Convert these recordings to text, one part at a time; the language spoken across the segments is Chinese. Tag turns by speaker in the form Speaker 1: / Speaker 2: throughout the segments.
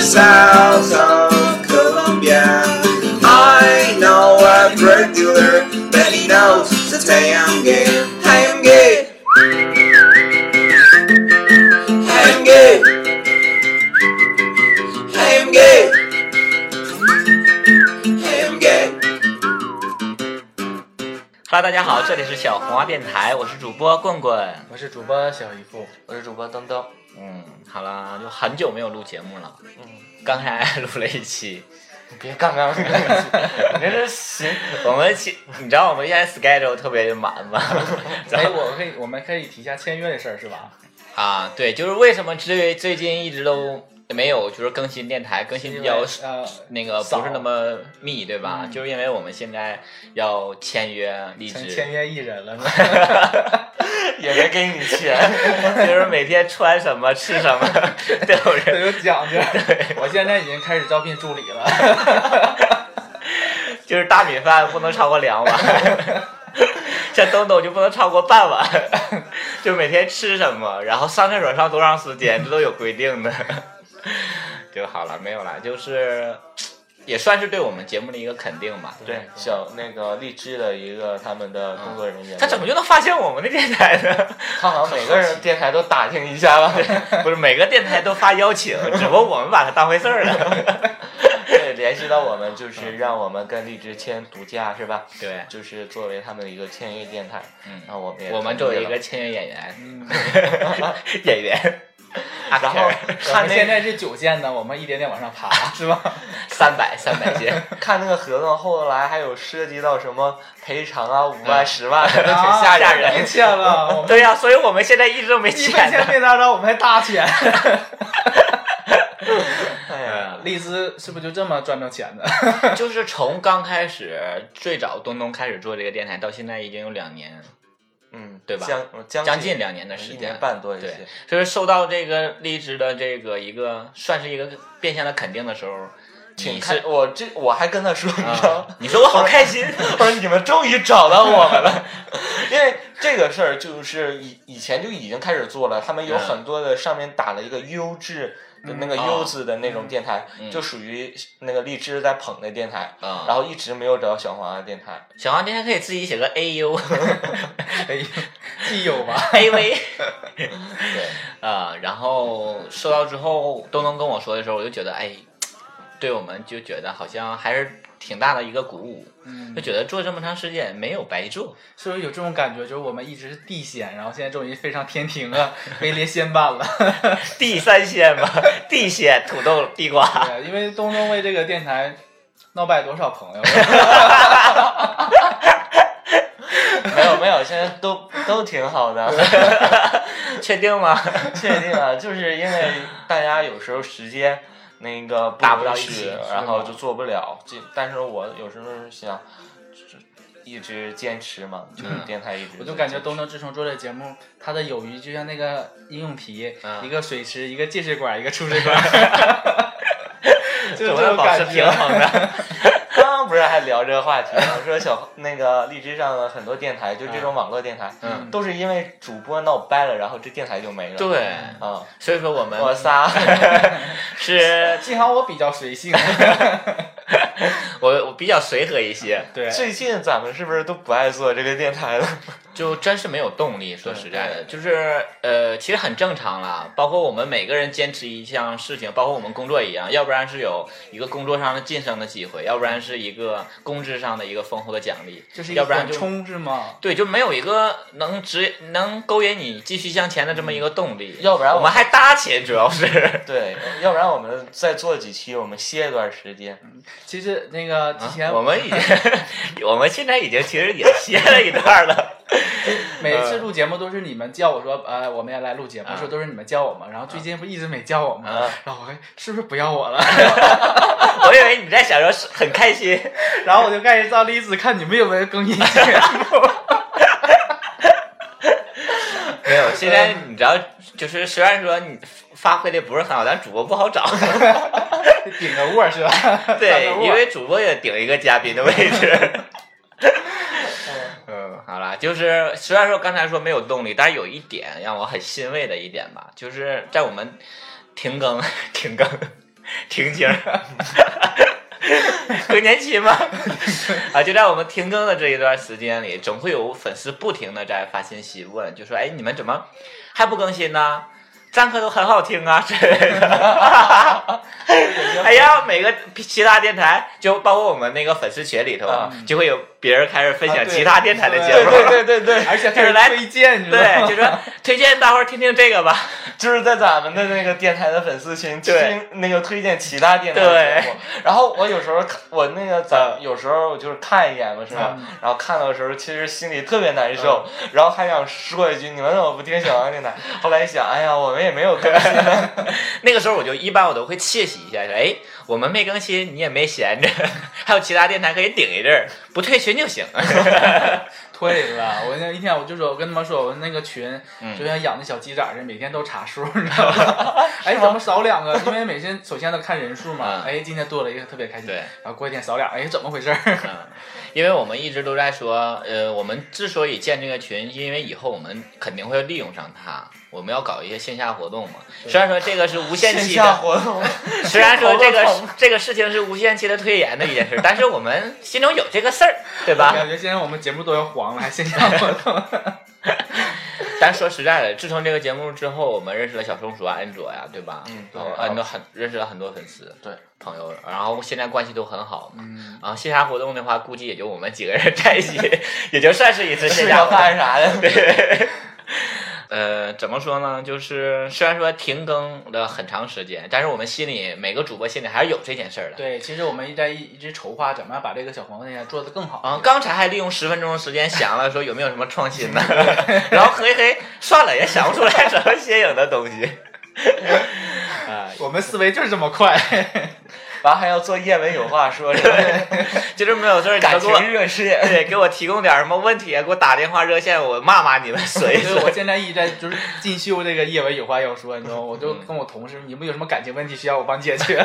Speaker 1: south of Colombia. I know a regular, but he knows that I am gay. I am gay. I am gay. I am gay. I am gay.
Speaker 2: Hello，大家好，这里是小红花电台，我是主播棍棍。
Speaker 3: 我是主播小姨夫，
Speaker 4: 我是主播东东，
Speaker 2: 嗯，好了，就很久没有录节目了，
Speaker 3: 嗯，
Speaker 2: 刚才录了一期。
Speaker 3: 你别杠 杠，你这是行。
Speaker 2: 我们其你知道我们现在 schedule 特别满 吗？然
Speaker 3: 哎，
Speaker 2: 后
Speaker 3: 我可以，我们可以提一下签约的事儿是吧？
Speaker 2: 啊，对，就是为什么最最近一直都没有就是更新电台，更新比较
Speaker 3: 呃，
Speaker 2: 那个不是那么密，对吧？就是因为我们现在要签约荔
Speaker 3: 嗯成
Speaker 2: 枝，
Speaker 3: 签约艺 人了吗？
Speaker 4: 也没给你钱。
Speaker 2: 就是每天穿什么吃什 么都有
Speaker 3: 这
Speaker 2: 人。
Speaker 3: 有讲究。我现在已经开始招聘助理了。
Speaker 2: 就是大米饭不能超过两碗，像东东就不能超过半碗，就每天吃什么，然后上厕所上多长时间，这都有规定的，就好了，没有了，就是也算是对我们节目的一个肯定吧。
Speaker 4: 对，小 那个荔枝的一个他们的工作人员，
Speaker 2: 他怎么就能发现我们的电台 呢？
Speaker 4: 他好像每个人电台都打听一下吧？
Speaker 2: 不是每个电台都发邀 请，只不过我们把它当回事儿了。
Speaker 4: 对，联系到我们就是让我们跟荔枝签独家是吧？
Speaker 2: 对，
Speaker 4: 就是作为他们的一个签约电台，
Speaker 2: 嗯
Speaker 4: 然后我们也
Speaker 2: 我们作
Speaker 4: 同意
Speaker 2: 为一
Speaker 4: 了
Speaker 2: 个签约演员，
Speaker 4: 嗯
Speaker 2: 演 员，然
Speaker 4: 然后
Speaker 3: 我
Speaker 4: 看
Speaker 3: 们现
Speaker 4: 那
Speaker 3: 在是九线呢，我们一点点往上 爬，是吧？
Speaker 2: 三百三百件。
Speaker 4: 看那个合同，后来还有涉及到什么赔偿啊，五万、
Speaker 2: 嗯
Speaker 4: 十万的，都挺
Speaker 3: 啊
Speaker 4: 吓人的。
Speaker 3: 别欠了， 我们
Speaker 2: 对呀、所以我们现在一直都没
Speaker 3: 一
Speaker 2: 钱
Speaker 3: 分钱
Speaker 2: 呢。
Speaker 3: 没拿着，我们还搭钱。
Speaker 4: 哎呀，
Speaker 3: 荔枝是不是就这么赚着 钱的？
Speaker 2: 就是从刚开始最早东东开始做这个电台，到现在已经有两年，
Speaker 4: 嗯，
Speaker 2: 对吧
Speaker 4: 将将
Speaker 2: 将近两年的时
Speaker 4: 一
Speaker 2: 间，
Speaker 4: 年半多一
Speaker 2: 对
Speaker 4: 些。，
Speaker 2: 就是受到这个荔枝的这个一个算是一个变相的肯定的时候，
Speaker 4: 挺
Speaker 2: 你
Speaker 4: 开
Speaker 2: 是，
Speaker 4: 我这我还跟他说，你知道吗？
Speaker 2: 啊，你说我好开 心，
Speaker 4: 我说你们终于找到我们了， 因为这个事儿就是以以前就已经开始做了，他们有
Speaker 2: 嗯
Speaker 4: 很多的上面打了一个优质的那个
Speaker 2: 嗯
Speaker 4: 优
Speaker 2: 啊
Speaker 4: 字的那种电台，
Speaker 2: 嗯
Speaker 4: 就属于那个荔枝在捧的电台，
Speaker 2: 啊
Speaker 4: 然后一直没有找到小黄鸭电台，
Speaker 2: 小黄今天可以自己写个 A U
Speaker 3: 哎，既有吧。
Speaker 2: A V
Speaker 4: 对，
Speaker 2: 啊、然后收到之后，东东跟我说的时候，我就觉得，哎，对我们就觉得好像还是挺大的一个鼓舞。
Speaker 3: 嗯
Speaker 2: 就觉得做这么长时间没有白做，
Speaker 3: 是不是有这种感觉？就是我们一直是地仙，然后现在终于飞上天庭了，位列仙班了。
Speaker 2: 地三鲜嘛，地鲜、土豆、地瓜，
Speaker 3: 对，因为东东为这个电台闹败多少朋友，
Speaker 4: 没有没有，现在都都挺好 的，
Speaker 2: 确 定吗？
Speaker 4: 确定啊，就是因为大家有时候时间。那个不
Speaker 2: 搭不到
Speaker 4: 允
Speaker 2: 一起
Speaker 4: 许
Speaker 2: 是
Speaker 4: 然后
Speaker 3: 吗
Speaker 4: 就做不了。这，但是我有时候想，就是一直坚持嘛，就是
Speaker 2: 嗯
Speaker 4: 电台一直。
Speaker 3: 我就感觉东东自从做这节目，他的友谊就像那个应用题，
Speaker 2: 嗯
Speaker 3: 一个水池，一个进水管，一个出水 管，就
Speaker 2: 怎
Speaker 3: 是这
Speaker 2: 么
Speaker 3: 种
Speaker 2: 样保持
Speaker 3: 感
Speaker 2: 平
Speaker 3: 觉。
Speaker 2: 衡 呢？
Speaker 4: 刚刚不是还聊这个话题吗？说小那个荔枝上的很多电台，就这种网络电台，
Speaker 2: 嗯
Speaker 4: 都是因为主播闹掰了，然后这电台就没了。，
Speaker 2: 对，
Speaker 4: 啊、
Speaker 2: 所以说我们
Speaker 4: 我仨，
Speaker 2: 是，
Speaker 3: 幸好我比较随 性，
Speaker 2: 我我比较随和一些，
Speaker 3: 对，
Speaker 4: 最近咱们是不是都不爱做这个电台了？
Speaker 2: 就真是没有动力。说实在的，就是呃，其实很正常啦。包括我们每个人坚持一项事情，包括我们工作一样，要不然是有一个工作上的晋升的机会，要不然是一个工资上的一个丰厚的奖励，
Speaker 3: 就是一
Speaker 2: 要
Speaker 3: 个
Speaker 2: 不然
Speaker 3: 缓
Speaker 2: 就啊
Speaker 3: 冲是吗？
Speaker 2: 对，就没有一个能指能勾引你继续向前的这么一个动
Speaker 3: 嗯
Speaker 2: 力。
Speaker 4: 要不然
Speaker 2: 我们还搭钱，主要是
Speaker 4: 对，要不然我们再做几期，我们歇一段时间。
Speaker 3: 其实那个之前
Speaker 2: 啊我 们已经，我们现在已经其实也歇了一段了。
Speaker 3: 每次录节目都是你们叫我说，呃，我们要来录节目，
Speaker 2: 呃啊
Speaker 3: 说都是你们叫我嘛。然后最近不一直没叫我吗？
Speaker 2: 啊
Speaker 3: 然后我还是不是不要我了？
Speaker 2: 我以为你在想说是很开心，
Speaker 3: 然后我就开始照例子看你们有没有更新节目。
Speaker 2: 没有。现 在你知道，就是虽然说你发挥的不是很好，但主播不好找。
Speaker 3: 顶个窝是吧？
Speaker 2: 对
Speaker 3: 当个，窝
Speaker 2: 因为主播也顶一个嘉宾的位置。嗯，好啦，就是虽然说刚才说没有动力，但是有一 点让我很欣慰的一点吧，就是在我们停更停更停经儿， 更年期吗？ 啊，就在我们停更的这一段时间里，总会有粉丝不停的在发信息问，就说：“哎，你们怎么还不更新呢？”赞歌都很好听啊之类的， 哎呀，每个其他电台，就包括我们那个粉丝群里头，
Speaker 4: 啊
Speaker 2: 就会有别人开始分
Speaker 3: 啊
Speaker 2: 享
Speaker 3: 对
Speaker 2: 其他电台的节
Speaker 4: 对
Speaker 2: 目，
Speaker 4: 对对对对，
Speaker 3: 而且
Speaker 2: 就
Speaker 3: 开
Speaker 2: 是
Speaker 3: 始
Speaker 2: 来
Speaker 3: 推荐，你知道吗
Speaker 2: 对，就说推荐大伙儿听听这个吧。
Speaker 4: 就是在咱们的那个电台的粉丝群
Speaker 2: 对
Speaker 4: 听那个推荐其他电台的节目，然后我有时候看我那个咱有时候我就是看一眼嘛是吧？
Speaker 2: 嗯
Speaker 4: 然后看到的时候其实心里特别难受，然后还想说一句你们怎么不听小王电台？ 后来一想，哎呀，我们也没有更新啊，
Speaker 2: 那个时候我就一般我都会窃喜一下，说哎，我们没更新，你也没闲着， 还有其他电台可以顶一阵儿，不退群就行。
Speaker 3: 退了。我那一天我就说，我跟他们说，我那个群
Speaker 2: 嗯
Speaker 3: 就像养那小鸡仔似的，每天都查数，你知道 吗？哎，怎么少两个？因为每天首先都看人数嘛
Speaker 2: 嗯。
Speaker 3: 哎，今天多了一个，特别开心。
Speaker 2: 对
Speaker 3: 然后过一天少俩，哎，怎么回 事儿？
Speaker 2: 嗯，因为我们一直都在说，呃，我们之所以建这个群，因为以后我们肯定会利用上它，我们要搞一些线下活动嘛。虽然说这个是无限
Speaker 4: 线
Speaker 2: 期
Speaker 4: 下
Speaker 2: 的，
Speaker 4: 活动。
Speaker 2: 虽然说这个
Speaker 4: 头都疼
Speaker 2: 这个事情是无限期的推延的一 件事，但是我们心中有这个事儿，对吧？
Speaker 3: 感觉现在我们节目都要黄了，还线下活动。
Speaker 2: 但说实在的，自从这个节目之后，我们认识了小松鼠啊、安卓呀、对吧？
Speaker 4: 嗯
Speaker 2: 然后
Speaker 4: 对
Speaker 2: 很多很认识了很多粉丝，
Speaker 4: 对
Speaker 2: 朋友，然后现在关系都很好嘛。
Speaker 3: 嗯，
Speaker 2: 然后线下活动的话，估计也就我们几个人在一 起，也就算是一次线
Speaker 4: 吃
Speaker 2: 下
Speaker 4: 个
Speaker 2: 活动。
Speaker 4: 饭啥的，
Speaker 2: 对。呃，怎么说呢？就是虽然说停更了很长时间，但是我们心里每个主播心里还是有这件事儿的。
Speaker 3: 对，其实我们一直在一一直筹划怎么样把这个小黄瓜店做得更好。
Speaker 2: 啊，刚才还利用十分钟的时间想了说有没有什么创新的，然后嘿嘿，算了，也想不出来什么新颖的东西。啊，
Speaker 3: 我们思维就是这么 快。哎
Speaker 4: 完还要做叶文有话说，是吧
Speaker 2: 就是没有事儿，你
Speaker 4: 感
Speaker 2: 们给我
Speaker 4: 情热线。
Speaker 2: 对给我提供点儿什么问题啊，给我打电话热线，我骂骂 你们谁
Speaker 3: 所以我
Speaker 2: 谁。
Speaker 3: 现在一直在就是进修这个叶文有话要说，你知道吗？我就跟我同事，你们有什么感情问题需要我帮解 决？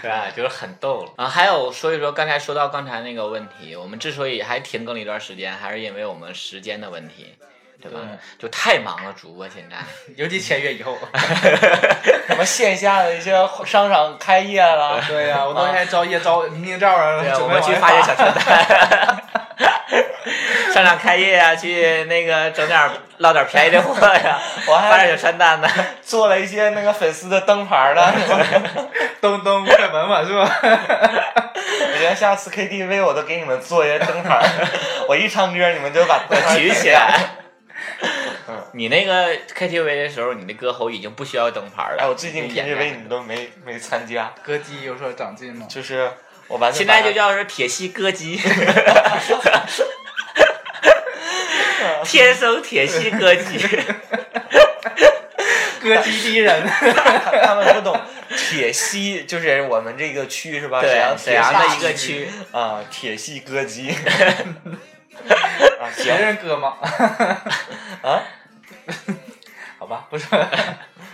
Speaker 2: 对啊，就是很逗了啊。还有，所以说刚才说到刚才那个问题，我们之所以还停更了一段时间，还是因为我们时间的问题，对吧？就太忙了，主播现在。
Speaker 3: 尤其签约以后。
Speaker 4: 什么线下的一些商场开业了，
Speaker 3: 对啊呀、我都在招业招明信照啊，
Speaker 2: 对啊，
Speaker 3: 准备
Speaker 2: 我们去
Speaker 3: 往
Speaker 2: 发
Speaker 3: 外
Speaker 2: 些小传单， 上场开业啊，去那个整点儿捞点儿便宜的货呀，
Speaker 4: 我还
Speaker 2: 发点儿小传单 呢。
Speaker 4: 做了一些那个粉丝的灯牌儿 了。
Speaker 3: 东东快闻闻是 吧？
Speaker 4: 我觉得下次 KTV 我都给你们做一些灯牌儿，我一唱歌你们就把灯牌儿
Speaker 2: 举起 来。
Speaker 4: 嗯
Speaker 2: 你那个 KTV 的时候，你的歌喉已经不需要灯牌了。
Speaker 4: 哎，我最近
Speaker 2: 演
Speaker 4: KTV 你们都没没参加，
Speaker 3: 歌姬有所长进嘛，
Speaker 4: 就是我完全
Speaker 2: 现在
Speaker 4: 把
Speaker 2: 就叫是铁西歌 姬，天生铁西 歌姬。
Speaker 3: 歌姬第一人。
Speaker 4: 他们不懂铁西，就是我们这个区是吧？沈
Speaker 2: 对
Speaker 4: 阳，
Speaker 2: 沈阳的
Speaker 4: 铁
Speaker 2: 一个
Speaker 4: 西
Speaker 2: 区，
Speaker 4: 啊，铁西歌 姬啊，
Speaker 3: 别
Speaker 4: 行
Speaker 3: 人歌 吗？
Speaker 4: 啊，
Speaker 3: 好吧， 不说了。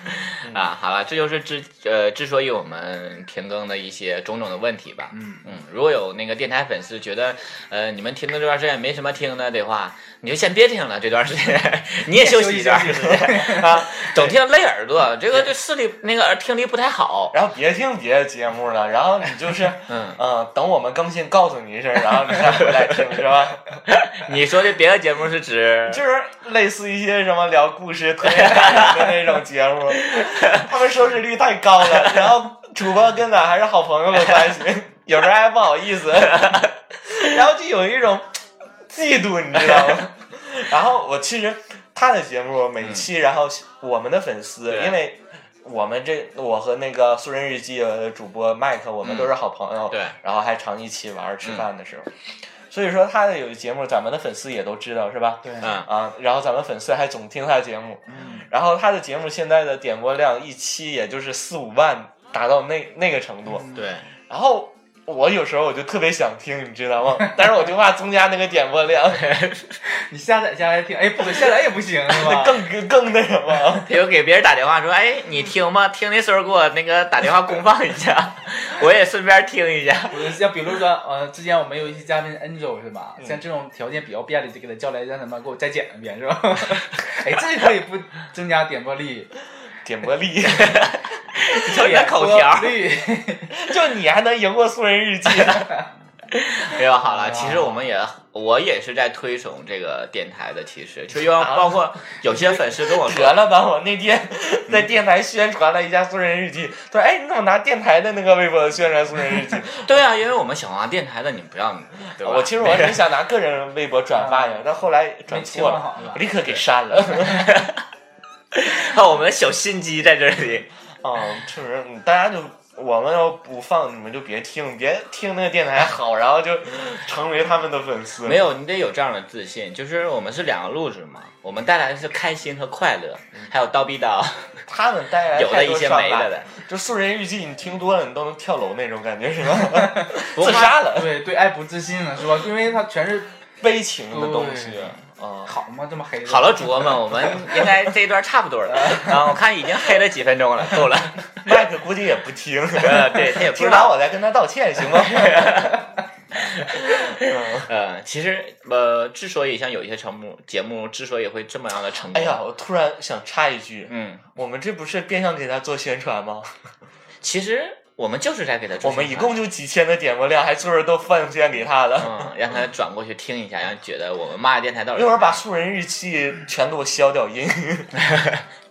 Speaker 4: 嗯
Speaker 2: 啊，好了，这就是之呃之所以我们停更的一些种种的问题吧。
Speaker 3: 嗯
Speaker 2: 嗯，如果有那个电台粉丝觉得呃你们停更这段时间也没什么听的的话，你就先别听了这段时间， 你也休息一段时间啊， 总听累耳 朵，这个对视力那个耳听力不太 好。
Speaker 4: 然后别听别的节目了，然后你 就是。
Speaker 2: 嗯，
Speaker 4: 嗯，等我们更新告诉你一声，然后你再回来听，是吧？
Speaker 2: 你说的别的节目是 指
Speaker 4: 就是类似一些什么聊故事、推荐的那种节 目，他们收视率太高了，然后主播跟咱还是好朋友的关 系，有时候还不好意思，然后就有一种嫉妒，你知 道吗？然后我其实他的节目每期，然后我们的粉丝，
Speaker 2: 嗯对
Speaker 4: 因为。我们这，我和那个素人日记的主播麦克，我们都是好朋友，
Speaker 2: 对嗯
Speaker 4: 然后还常一起玩儿吃饭的时候，所以说他的有一节目，咱们的粉丝也都知道，是吧？
Speaker 3: 对，
Speaker 2: 嗯
Speaker 4: 啊，然后咱们粉丝还总听他节目，
Speaker 3: 嗯
Speaker 4: 然后他的节目现在的点播量一期也就是四五万，达到那那个程度。
Speaker 3: 嗯
Speaker 2: 对
Speaker 4: 然后我有时候我就特别想听，你知道吗？但是我就怕增加那个点播 量，
Speaker 3: 你下载下来听，哎，不对，下载也不行是吧？
Speaker 4: 更更更那什么。
Speaker 2: 他就给别人打电话说：“哎，你听 吗？听的时候给我那个打电话公放一下， 我也顺便听一下。
Speaker 3: 我像比如说，呃，之前我们有一期嘉宾 Angel 是吧？
Speaker 2: 嗯
Speaker 3: 像这种条件比较便利，就给他叫来，让他们给我再剪一遍 是吧？哎，这可以不增加点播率，
Speaker 4: 点播力，
Speaker 2: 就你的口条。
Speaker 3: 绿，
Speaker 4: 就你还能赢过《素人日记》
Speaker 2: 没有好了，
Speaker 3: 哎呀
Speaker 2: 其实我们也我也是在推崇这个电台的，其实就因为包括有些粉丝跟 我说
Speaker 4: 得了吧！我那天在电台宣传了一下《素人日记》，他说：“哎，你怎么拿电台的那个微博宣传《素人 日记》
Speaker 2: 对啊，因为我们小黄电台的你们不要，对吧？
Speaker 4: 我其实我很想拿个人微博转发呀，但后来转
Speaker 3: 嗯没切
Speaker 4: 错
Speaker 3: 换好
Speaker 4: 了，
Speaker 3: 是
Speaker 4: 我
Speaker 3: 吧？
Speaker 4: 立刻给删了。
Speaker 2: 看 我们的小心机在这里，
Speaker 4: 哦，确实，嗯大家就我们要不放，你们就别听，别听那个电台好，然后就成为他们的粉丝。
Speaker 2: 没有你得有这样的自信，就是我们是两个路子嘛，我们带来的是开心和快乐，还有叨逼叨，
Speaker 4: 他们嗯带来
Speaker 2: 有的
Speaker 4: 太
Speaker 2: 一
Speaker 4: 多
Speaker 2: 些
Speaker 4: 伤
Speaker 2: 没
Speaker 4: 疤
Speaker 2: 的。的，
Speaker 4: 就《素人日记》，你听多了，你都能跳楼那种感觉是吧？
Speaker 2: 不
Speaker 4: 自
Speaker 2: 过
Speaker 4: 杀了，
Speaker 3: 对对，爱不自信啊了是吧？因为他全是
Speaker 4: 悲情的东西
Speaker 3: 对
Speaker 4: 啊。
Speaker 3: 好嘛，这么黑的。
Speaker 2: 好了，主播们，我们应该这一段差不多了。
Speaker 4: 嗯
Speaker 2: 啊，我看已经黑了几分钟了，够了。
Speaker 4: 麦克估计也不听，
Speaker 2: 呃，对 他也不知
Speaker 4: 听完
Speaker 2: 道。
Speaker 4: 我再跟他道歉，行吗？ 嗯
Speaker 2: 呃，其实呃，之所以像有一些节目节目之所以会这么样的成功，
Speaker 4: 哎呀，我突然想插一句，
Speaker 2: 嗯，
Speaker 4: 我们这不是变相给他做宣传吗？
Speaker 2: 其实我们就是在给他做
Speaker 4: 我们一
Speaker 2: 宣传
Speaker 4: 共就几千的点播量，还所有人都奉献给他了。
Speaker 2: 嗯，让他转过去听一下，让他觉得我们骂的电 台到底
Speaker 4: 一会儿把素人日记全给我消掉音。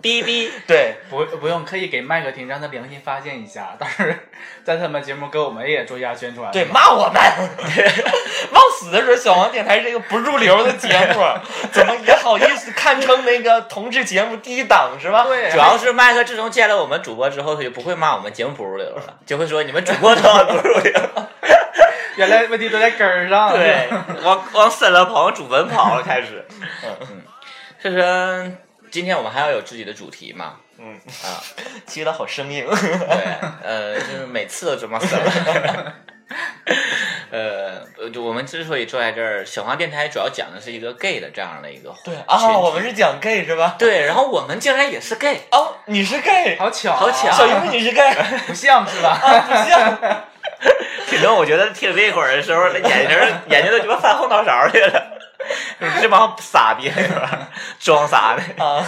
Speaker 2: 哔哔，
Speaker 4: 对，
Speaker 3: 不不用刻意给麦克听，让他良心发现一下。到时候 在他们节目给我们也做一下宣传。
Speaker 4: 对，骂我们， 往死的时候，小王电台是一个不入流的节目，啊 怎么也好意思堪称那个同志节目第一档是吧？
Speaker 3: 对
Speaker 2: 主要是麦克自从见了我们主播之后，他就不会骂我们节目不入流
Speaker 4: 嗯
Speaker 2: 了，就会说你们主播他妈不入流。
Speaker 3: 原来问题都在根儿上。
Speaker 2: 对， 往往沈了跑，往祖坟跑了，开始。 嗯，所以说今天我们还要有自己的主题嘛？
Speaker 4: 嗯，
Speaker 2: 啊，
Speaker 4: 接的好生 硬。
Speaker 2: 对，呃，就是每次都这么死了。 呃，就我们之所以坐在这儿，小黄电台主要讲的是一个 gay 的这样的一个
Speaker 4: 对
Speaker 2: 群
Speaker 4: 啊，
Speaker 2: 体
Speaker 4: 我们是讲 gay 是吧？
Speaker 2: 对，然后我们竟然也是 gay，
Speaker 4: 哦，你是 gay，
Speaker 3: 好巧啊，
Speaker 2: 好巧
Speaker 4: 小姨夫你是 gay，
Speaker 3: 不像是吧？
Speaker 4: 不像。
Speaker 2: 挺正我觉得听这一会儿的时候，那眼睛儿眼睛都鸡巴翻后脑勺去了，就是这帮傻逼是吧装嗯傻的。
Speaker 4: 啊，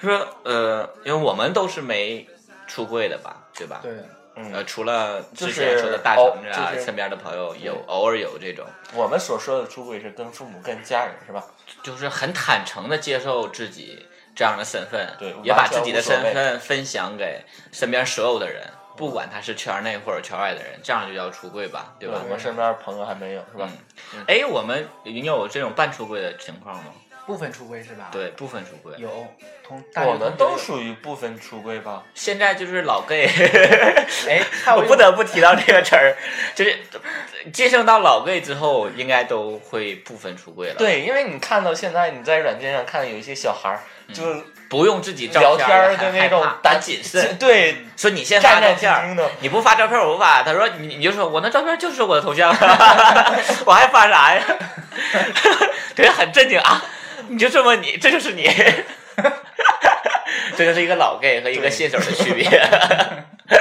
Speaker 2: 说呃，因为我们都是没出柜的吧， 对吧？
Speaker 3: 对，
Speaker 2: 呃，
Speaker 4: 嗯
Speaker 2: 除了之
Speaker 4: 就是
Speaker 2: 前说的大橙子啊，
Speaker 4: 偶就是
Speaker 2: 身边的朋友有偶尔有这种，
Speaker 4: 我们所说的出轨是跟父母、跟家人是吧？
Speaker 2: 就是很坦诚的接受自己这样的身份，
Speaker 4: 对
Speaker 2: 也把
Speaker 4: 完全
Speaker 2: 自己的
Speaker 4: 无所
Speaker 2: 身
Speaker 4: 谓
Speaker 2: 份分享给身边所有的人，不管他是圈内或者圈外的人，这样就叫出柜吧，对吧
Speaker 4: 我？们身边朋友还没有是吧？
Speaker 2: 嗯，哎，我们你有这种半出柜的情况吗？
Speaker 3: 部分出轨是吧？，
Speaker 2: 对，部分出柜。
Speaker 3: 有同大学
Speaker 4: 我
Speaker 3: 同
Speaker 4: 们
Speaker 3: 学
Speaker 4: 都
Speaker 3: 有
Speaker 4: 属于部分出轨吧？
Speaker 2: 现在就是老 gay，
Speaker 3: 哎，还
Speaker 2: 我
Speaker 3: 有
Speaker 2: 不得不提到这个词儿，就是晋升到老 gay 之后，应该都会部分出柜了。，
Speaker 4: 对，因为你看到现在你在软件上看有一些小孩儿，就
Speaker 2: 不用自己照
Speaker 4: 聊
Speaker 2: 片
Speaker 4: 天
Speaker 2: 儿
Speaker 4: 儿
Speaker 2: 也害
Speaker 4: 的那种
Speaker 2: 怕
Speaker 4: 胆
Speaker 2: 很 谨慎，
Speaker 4: 对，
Speaker 2: 说你先发
Speaker 4: 战
Speaker 2: 照
Speaker 4: 战
Speaker 2: 片
Speaker 4: 兢兢
Speaker 2: 儿。
Speaker 4: 的。
Speaker 2: 你不发照片儿，我不发。他说你你就说我那照片就是我的头像，啊 我还发啥呀？ 对，很震惊啊！你就这么你，这就是你， 这就是一个老 gay 和一个
Speaker 4: 对
Speaker 2: 新手的区别。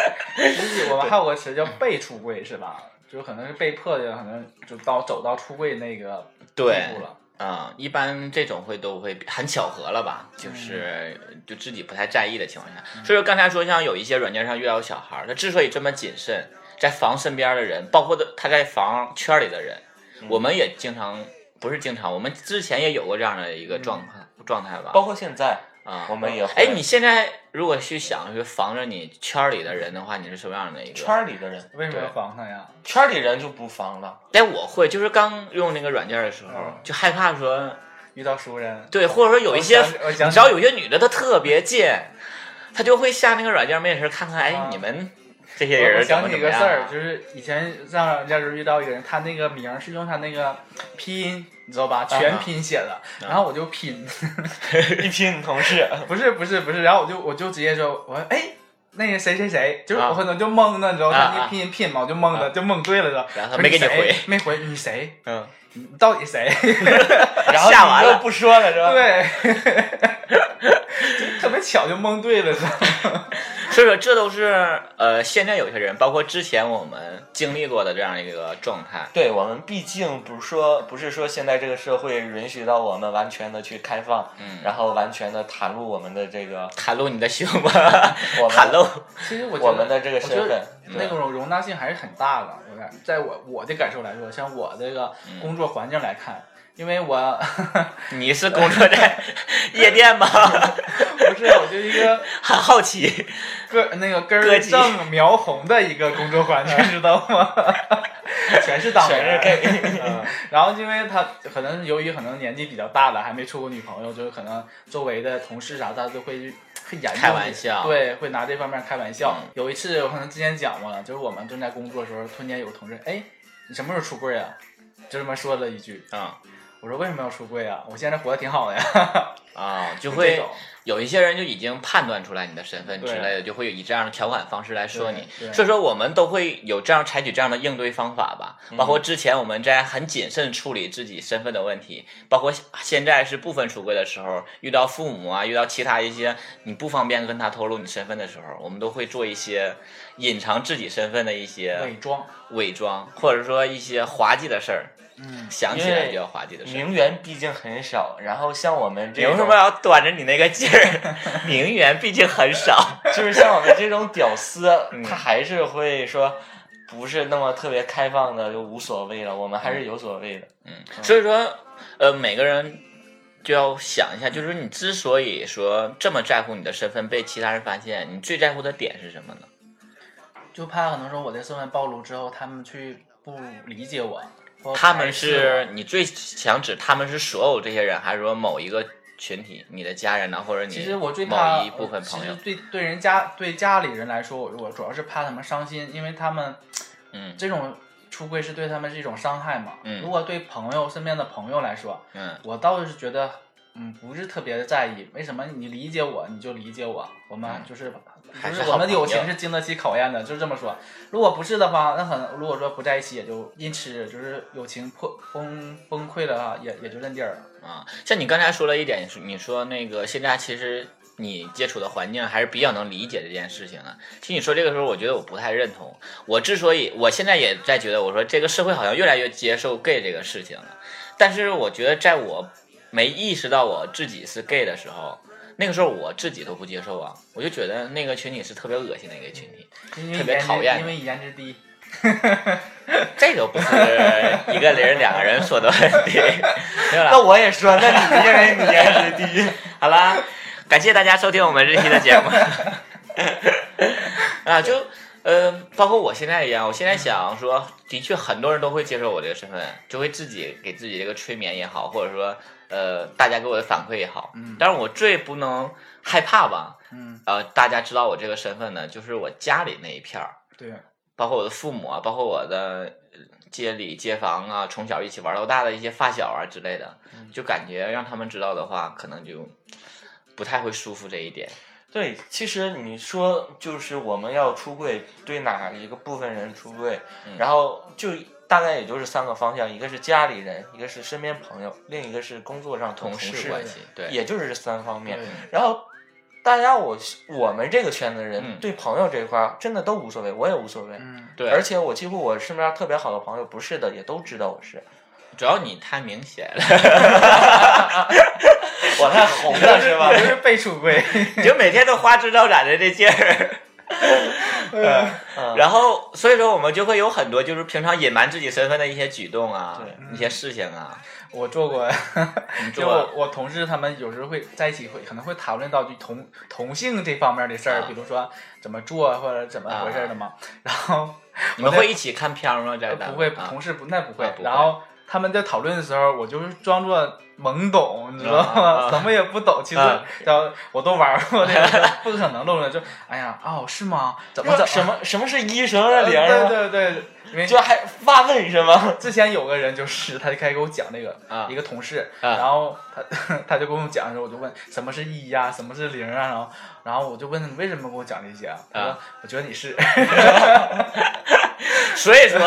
Speaker 3: 我们还有个词叫被出柜是吧？就是可能是被迫的，可能就到走到出柜那个
Speaker 2: 对
Speaker 3: 地，步了。
Speaker 2: 啊、一般这种会都会很巧合了吧？
Speaker 4: 嗯
Speaker 2: 就是就自己不太在意的情况下，所以说刚才说像有一些软件上遇到小孩儿，他之所以这么谨慎，在防身边的人，包括的他在防圈里的人，
Speaker 4: 嗯
Speaker 2: 我们也经常不是经常，我们之前也有过这样的一个状态、状态吧？
Speaker 4: 嗯包括现在，
Speaker 2: 啊，
Speaker 4: 我们也会
Speaker 2: 哎，你现在如果去想去防着你圈里的人的话，你是什么样的一个
Speaker 4: 圈儿里的人，
Speaker 3: 为什么要
Speaker 2: 对
Speaker 3: 防他呀？
Speaker 4: 圈儿里人就不防 了。
Speaker 2: 但哎我会就是刚用那个软件的时候，
Speaker 4: 嗯
Speaker 2: 就害怕说
Speaker 3: 遇到熟人，
Speaker 2: 对，或者说有一些
Speaker 3: 我想我想
Speaker 2: 你知道有些女的她特别贱，她就会下那个软件没事看看，哎
Speaker 3: 啊，
Speaker 2: 你们这些
Speaker 3: 我我
Speaker 2: 人怎
Speaker 3: 想
Speaker 2: 么
Speaker 3: 起
Speaker 2: 怎
Speaker 3: 一
Speaker 2: 么
Speaker 3: 个
Speaker 2: 样
Speaker 3: 事儿
Speaker 2: 啊，？
Speaker 3: 就是以前上人家时候遇到一个人，他那个名儿是用他那个拼音，你知道
Speaker 2: 啊
Speaker 3: 吧？全拼写的，然后我就拼，
Speaker 4: 一拼同事，
Speaker 3: 不是不是不是，然后我就我就直接说，我说哎。那个谁谁谁，就是
Speaker 2: 啊
Speaker 3: 我可能就懵了，你知道
Speaker 2: 啊
Speaker 3: 吗？他那拼音拼嘛，我就懵了，就懵对了，知道吧
Speaker 2: 然后
Speaker 3: 我说
Speaker 2: 没给你
Speaker 3: 谁
Speaker 2: 回
Speaker 3: 没回，你谁？
Speaker 2: 嗯，
Speaker 3: 你到底谁？
Speaker 4: 然后
Speaker 2: 下完
Speaker 4: 你
Speaker 2: 了
Speaker 4: 就不说了是吧？，
Speaker 3: 对， 就特别巧就蒙对了，是 吧？
Speaker 2: 所以说这都是呃，现在有些人，包括之前我们经历过的这样一个状态。
Speaker 4: 对我们毕竟不是说不是说现在这个社会允许到我们完全的去开放，
Speaker 2: 嗯
Speaker 4: 然后完全的袒露我们的这 个
Speaker 2: 袒露你的胸吧，
Speaker 4: 我们
Speaker 2: 袒露。
Speaker 3: 其实我觉
Speaker 4: 我
Speaker 3: 得
Speaker 4: 们的这个身
Speaker 3: 我觉
Speaker 4: 份
Speaker 3: 得。那种容纳性还是很大的。我感在我我的感受来说，像我这个工作环境来看，因为我
Speaker 2: 你是工作在夜店吗？
Speaker 3: 不是我就一个
Speaker 2: 很好奇，
Speaker 3: 根那个根
Speaker 2: 歌
Speaker 3: 儿
Speaker 2: 姬
Speaker 3: 正苗红的一个工作 环境，知道吗？全是党
Speaker 4: 全
Speaker 3: 员
Speaker 4: 是 gay，
Speaker 3: 嗯然后因为他可能由于可能年纪比较大了，还没处过女朋友，就是可能周围的同事啥的都会会研究
Speaker 2: 开玩笑
Speaker 3: 对，会拿这方面开玩笑。
Speaker 2: 嗯
Speaker 3: 有一次我可能之前讲过了，就是我们正在工作的时候，突然间有个同事，哎，你什么时候出柜啊？就这么说了一句，
Speaker 2: 嗯
Speaker 3: 我说为什么要出柜啊？我现在活得挺好的呀，
Speaker 2: 啊，就
Speaker 3: 这
Speaker 2: 会
Speaker 3: 种
Speaker 2: 有一些人就已经判断出来你的身份之
Speaker 3: 对
Speaker 2: 类的，就会以这样的条款方式来说你
Speaker 3: 对。对
Speaker 2: 所以说，我们都会有这样采取这样的应对方法吧。包括之前我们在很谨慎处理自己身份的问题，包括现在是部分出柜的时候，遇到父母啊，遇到其他一些你不方便跟他透露你身份的时候，我们都会做一些隐藏自己身份的一
Speaker 3: 伪
Speaker 2: 些
Speaker 3: 装，
Speaker 2: 伪装，或者说一些滑稽的事儿。
Speaker 3: 嗯，
Speaker 2: 想起来比较滑稽的事儿。
Speaker 4: 名媛毕竟很少，然后像我们这
Speaker 2: 你为什么要端着你那个劲儿？ 名媛毕竟很少。
Speaker 4: 就是像我们这种屌丝
Speaker 2: 嗯，
Speaker 4: 他还是会说不是那么特别开放的，就无所谓了。我们还是有所谓的。
Speaker 2: 嗯，所以说，呃，每个人就要想一下，就是你之所以说这么在乎你的身份被其他人发现，你最在乎的点是什么呢？
Speaker 3: 就怕可能说我的身份暴露之后，他们去不理解我，或
Speaker 2: 他们
Speaker 3: 排斥
Speaker 2: 是你最想指他们是所有这些人，还是说某一个群体？你的家人呢，或者
Speaker 3: 我。
Speaker 2: 你
Speaker 3: 其实我最怕
Speaker 2: 某一部分朋友
Speaker 3: 其实？对对人家对家里人来说，我我主要是怕他们伤心，因为他们
Speaker 2: 嗯
Speaker 3: 这种出柜是对他们是一种伤害嘛。
Speaker 2: 嗯
Speaker 3: 如果对朋友身边的朋友来说，
Speaker 2: 嗯
Speaker 3: 我倒是觉得，嗯，不是特别的在意。为什么？你理解我，你就理解我。我们
Speaker 2: 嗯
Speaker 3: 就是，
Speaker 2: 还
Speaker 3: 就是是
Speaker 2: 好
Speaker 3: 我们的友
Speaker 2: 朋友
Speaker 3: 情是经得起考验的，就这么说。如果不是的话，那可能如果说不在一起，也就因此就是友情破崩崩溃了啊，也也就认地儿了。
Speaker 2: 啊，像你刚才说了一点，你说你说那个现在其实你接触的环境还是比较能理解这件事情的。其实你说这个时候，我觉得我不太认同。我之所以我现在也在觉得，我说这个社会好像越来越接受 gay 这个事情了，但是我觉得在我没意识到我自己是 gay 的时候。那个时候我自己都不接受啊，我就觉得那个群体是特别恶心的一个群体，
Speaker 3: 因为
Speaker 2: 特别
Speaker 3: 颜值
Speaker 2: 讨厌
Speaker 3: 因为颜值低。
Speaker 2: 这个不是一个人两个人说的问题， 没有啦
Speaker 4: 那我也说，那你认为你颜值低？
Speaker 2: 好啦，感谢大家收听我们这期的节目。啊，就呃，包括我现在一样，我现在想说，的确很多人都会接受我这个身份，就会自己给自己这个催眠也好，或者说呃，大家给我的反馈也好。
Speaker 3: 嗯
Speaker 2: 但是我最不能害怕吧，
Speaker 3: 嗯，
Speaker 2: 呃，大家知道我这个身份呢，就是我家里那一片儿，
Speaker 3: 对，
Speaker 2: 包括我的父母啊，包括我的呃街里街坊啊，从小一起玩到大的一些发小啊之类的，
Speaker 3: 嗯
Speaker 2: 就感觉让他们知道的话，可能就不太会舒服这一点。
Speaker 4: 对，其实你说就是我们要出柜，对哪一个部分人出柜，
Speaker 2: 嗯
Speaker 4: 然后就大概也就是三个方向，一个是家里人，一个是身边朋友，另一个是工作上的
Speaker 2: 同
Speaker 4: 事
Speaker 2: 事关系，对，
Speaker 4: 也就是这三方面
Speaker 3: 对。
Speaker 4: 然后大家我我们这个圈子的人、
Speaker 2: 嗯
Speaker 4: 对朋友这一块儿真的都无所谓，我也无所谓。
Speaker 3: 嗯，
Speaker 2: 对，
Speaker 4: 而且我几乎我身边特别好的朋友不是的也都知道我是，
Speaker 2: 主要你太明显了，
Speaker 4: 我太红了是吧
Speaker 3: 我？就是被出柜。
Speaker 2: 你就每天都花枝招展的这劲 儿。
Speaker 3: 哎
Speaker 4: 嗯
Speaker 2: 然后，所以说我们就会有很多就是平常隐瞒自己身份的一些举动啊
Speaker 4: 对，
Speaker 2: 一些事情啊，
Speaker 3: 我做过，
Speaker 2: 你
Speaker 3: 就
Speaker 2: 做
Speaker 3: 嗯我我同事他们有时候会在一起会可能会谈论到就同同性这方面的事儿，
Speaker 2: 啊
Speaker 3: 比如说怎么做或者怎么回事儿的嘛。 然后
Speaker 2: 你们会一起看片儿吗？在
Speaker 3: 呃
Speaker 2: 单
Speaker 3: 不会，
Speaker 2: 啊
Speaker 3: 同事不那不会
Speaker 2: 啊。不会
Speaker 3: 然后他们在讨论的时候，我就是装作懵懂，你知道
Speaker 2: 啊啊
Speaker 3: 吗？ 什么也不懂，其实
Speaker 2: 啊
Speaker 3: 然后我都玩过这个，不可能弄的。就哎呀，哦是吗？怎么
Speaker 4: 那
Speaker 3: 怎
Speaker 4: 什么什么是一什么
Speaker 3: 呃
Speaker 4: 是零是
Speaker 3: 对
Speaker 4: 吧？
Speaker 3: 对对，因为
Speaker 4: 就还发问是吗？
Speaker 3: 之前有个人就是，他就开始给我讲这个，
Speaker 2: 啊
Speaker 3: 一个同事，
Speaker 2: 啊
Speaker 3: 然后他 他就跟我讲的时候，我就问什么是一呀、什么是零啊，然后然后我就问他你为什么给我讲这些啊？他说、
Speaker 2: 啊
Speaker 3: 我觉得你是，
Speaker 2: 所以说，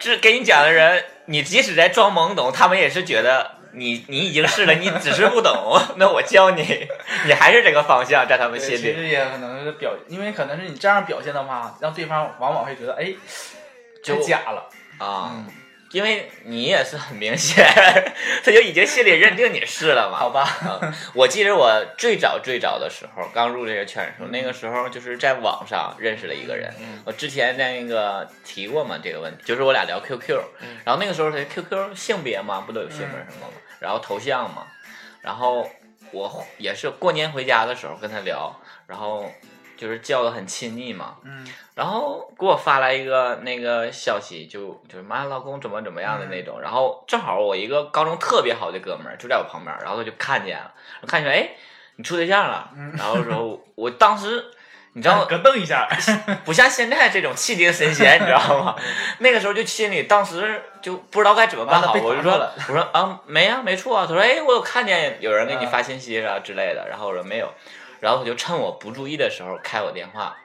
Speaker 2: 这给你讲的人，你即使在装懵懂，他们也是觉得你你已经是了，你只是不懂。 那我教你，你还是这个方向，在他们
Speaker 3: 对
Speaker 2: 心
Speaker 3: 其
Speaker 2: 里
Speaker 3: 实也可能是表，因为可能是你这样表现的话，让对方往往会觉得哎，太
Speaker 2: 就
Speaker 3: 假了。
Speaker 2: 啊
Speaker 3: 嗯，，
Speaker 2: 因为你也是很明显， 他就已经心里认定你是了嘛。
Speaker 3: 好吧，
Speaker 2: 嗯我记得我最早最早的时候，刚入这个圈的时候，那个时候就是在网上认识了一个人。
Speaker 4: 嗯
Speaker 2: 我之前在那个提过嘛这个问题，就是我俩聊 QQ，、
Speaker 4: 嗯
Speaker 2: 然后那个时候是 QQ 性别嘛，不都有性别什么嘛，然后头像嘛，然后我也是过年回家的时候跟他聊，然后就是叫的很亲密嘛，
Speaker 3: 嗯，
Speaker 2: 然后给我发来一个那个消息，就就是妈，老公怎么怎么样的那种。然后正好我一个高中特别好的哥们儿就在我旁边儿，然后他就看见了，看见哎，你处对象了
Speaker 3: 嗯。
Speaker 2: 然后说，我当时你知道
Speaker 3: 咯噔一下，
Speaker 2: 不像现在这种气定神闲，你知道吗？那个时候就心里当时就不知道该怎么办好，
Speaker 3: 完了被
Speaker 2: 我
Speaker 3: 查
Speaker 2: 就说
Speaker 3: 到了
Speaker 2: 我说啊没啊没错啊，他说哎我有看见有人给你发信息啊之类的，然后我说没有，然后他就趁我不注意的时候开我电话，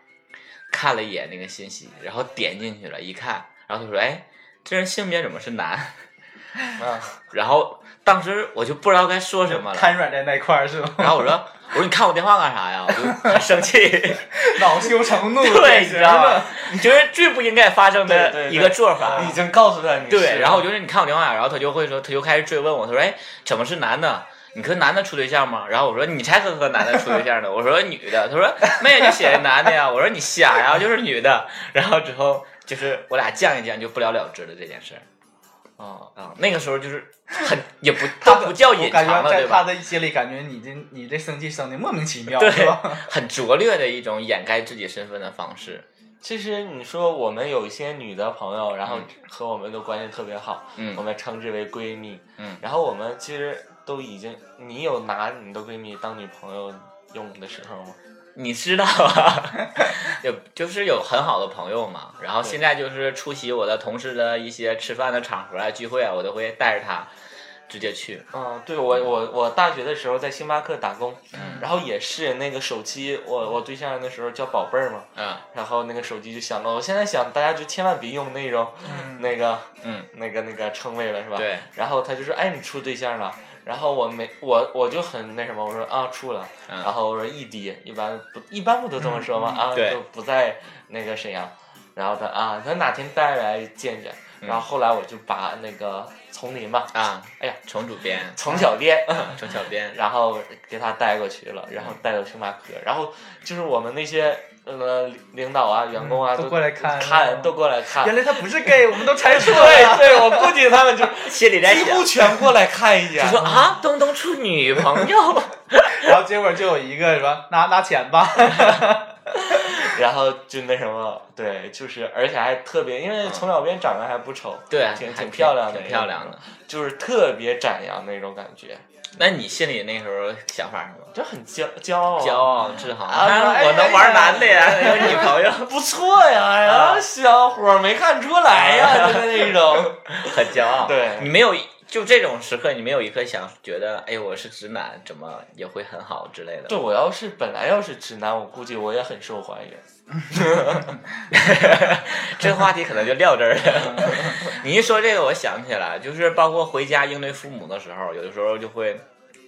Speaker 2: 看了一眼那个信息，然后点进去了，一看，然后他说哎这人性别怎么是男？
Speaker 4: 啊，
Speaker 2: 然后当时我就不知道该说什么 了，
Speaker 3: 瘫软在那块儿 是吗？
Speaker 2: 然后我说我说你看我电话干啥呀？我就很生气。
Speaker 3: 恼羞成怒，
Speaker 2: 对，
Speaker 3: 典
Speaker 2: 你
Speaker 3: 型
Speaker 2: 知道
Speaker 3: 的
Speaker 2: 吗？就是最不应该发生
Speaker 4: 对对
Speaker 2: 的
Speaker 4: 对
Speaker 2: 一个做法
Speaker 4: 你。已经告诉他你是
Speaker 2: 对，然后我就是你看我电话，然后他就会说，他就开始追问我，他说，哎，怎么是男的？你跟男的处对象吗？然后我说你才和和男的处对象呢，我说女的，他说没有，就写的男的呀。我说你瞎呀，就是女的。然后之后就是我俩犟一犟，就不了了之了这件事儿
Speaker 4: 啊，
Speaker 2: 啊、那个时候就是很也不，他不叫
Speaker 3: 我
Speaker 2: 隐
Speaker 3: 感
Speaker 2: 藏
Speaker 3: 觉
Speaker 2: 了，对
Speaker 3: 在他
Speaker 2: 吧？
Speaker 3: 的心里，感觉你这你这生气生的莫名其妙，
Speaker 2: 对
Speaker 3: 是 吧？
Speaker 2: 很拙劣的一种掩盖自己身份的方式。
Speaker 4: 其实你说我们有一些女的朋友，然后
Speaker 2: 嗯
Speaker 4: 和我们都关系特别好，
Speaker 2: 嗯
Speaker 4: 我们称之为闺蜜。
Speaker 2: 嗯
Speaker 4: 然后我们其实都已经，你有拿你的闺蜜当女朋友用的时候吗？
Speaker 2: 你知道啊， 有就是有很好的朋友嘛，然后
Speaker 4: 对
Speaker 2: 现在就是出席我的同事的一些吃饭的场合啊、聚会啊，我都会带着他直接去。
Speaker 4: 嗯，对我我我大学的时候在星巴克打工，
Speaker 2: 嗯
Speaker 4: 然后也是那个手机，我我对象那时候叫宝贝儿嘛，
Speaker 2: 嗯
Speaker 4: 然后那个手机就响了。我现在想，大家就千万别用那种、那个
Speaker 2: 嗯，
Speaker 4: 那个那个称谓了，是吧？
Speaker 2: 对。
Speaker 4: 然后他就说：“哎，你处对象了？”然后我没我我就很那什么，我说啊处了，
Speaker 2: 嗯
Speaker 4: 然后我说异地，一般不一般不都这么说
Speaker 3: 嗯
Speaker 4: 吗？啊，
Speaker 2: 对
Speaker 4: 就不在那个沈阳。然后他啊，他哪天带来见见。
Speaker 3: 嗯
Speaker 4: 然后后来我就把那个丛林吧，
Speaker 2: 啊，
Speaker 4: 哎呀，
Speaker 2: 程主编，
Speaker 4: 从小编，
Speaker 3: 嗯
Speaker 2: 程小编，
Speaker 4: 然后给他带过去了，然后带到星巴克，然后就是我们那些呃领导啊、员工啊、
Speaker 3: 嗯都过来看
Speaker 4: 看，都过来
Speaker 2: 啊
Speaker 4: 看。
Speaker 3: 原来他不是 gay，我们都猜错
Speaker 4: 对
Speaker 3: 了。
Speaker 4: 对，我估计他们 就
Speaker 2: 心里在
Speaker 4: 几乎嗯
Speaker 2: 想，
Speaker 4: 全过来看一眼
Speaker 2: 就。说啊，东东处女朋友，
Speaker 3: 然后结果就有一个说拿拿钱吧，
Speaker 2: 哎
Speaker 4: 然后就那什么，对，就是而且还特别，因
Speaker 2: 嗯
Speaker 4: 为从小编长得还不丑，
Speaker 2: 对，啊
Speaker 4: 挺
Speaker 2: 还
Speaker 4: 挺漂亮的，
Speaker 2: 挺漂亮的。，
Speaker 4: 就是特别展扬那种感觉，
Speaker 2: 那你心里那时候想法是什么？
Speaker 4: 就很骄骄傲啊，
Speaker 2: 骄傲自豪，
Speaker 4: 哦啊
Speaker 2: 啊
Speaker 4: 哎
Speaker 2: 我能玩男的呀，
Speaker 4: 哎呀
Speaker 2: 有女朋友，
Speaker 4: 不错呀，然
Speaker 2: 啊
Speaker 4: 后小伙儿没看出来 呀，就是那种，
Speaker 2: 很骄傲。
Speaker 4: 对
Speaker 2: 你没有就这种时刻，你没有一刻想觉得，哎，我是直男，怎么也会很好之类的。
Speaker 4: 对，我要是本来要是直男，我估计我也很受欢迎。
Speaker 2: 这个话题可能就撂这儿了。你一说这个，我想起来，就是包括回家应对父母的时候，有的时候就会，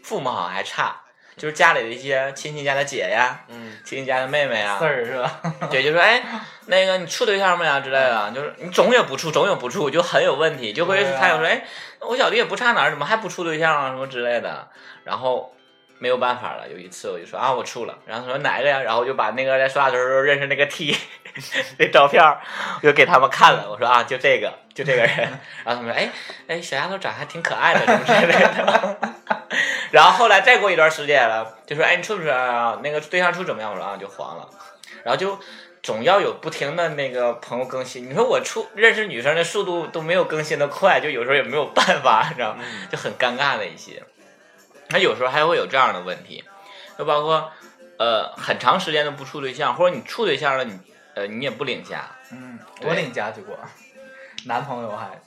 Speaker 2: 父母好像还差，就是家里的一些亲戚家的姐呀，
Speaker 4: 嗯，
Speaker 2: 亲戚家的妹妹呀
Speaker 3: 事，儿是吧？
Speaker 2: 对，就说哎，那个你处对象没啊之类的，就是你总也不处，总也不处，就很有问题。就会
Speaker 3: 对啊
Speaker 2: 他有说，哎，我小弟也不差哪儿，怎么还不处对象啊什么之类的。然后没有办法了，有一次我就说啊，我处了。然后他说哪个呀？然后我就把那个在刷的时候认识那个 T 那照片儿，我就给他们看了。我说啊，就这个，就这个 人。然后他们说，哎哎，小丫头长得还挺可爱的，什么之类的。 然后后来再过一段时间了，就说哎，你处不处啊？那个对象处怎么样？我说啊，就黄了。然后就总要有不停的那个朋友更新。你说我出认识女生的速度都没有更新的快，就有时候也没有办法， 你知道吗？
Speaker 4: 嗯
Speaker 2: 就很尴尬的一些。那有时候还会有这样的问题，就包括呃很长时间的不处对象，或者你处对象了，你呃你也不领家，
Speaker 3: 嗯，
Speaker 2: 对
Speaker 3: 我领家去过，男朋友还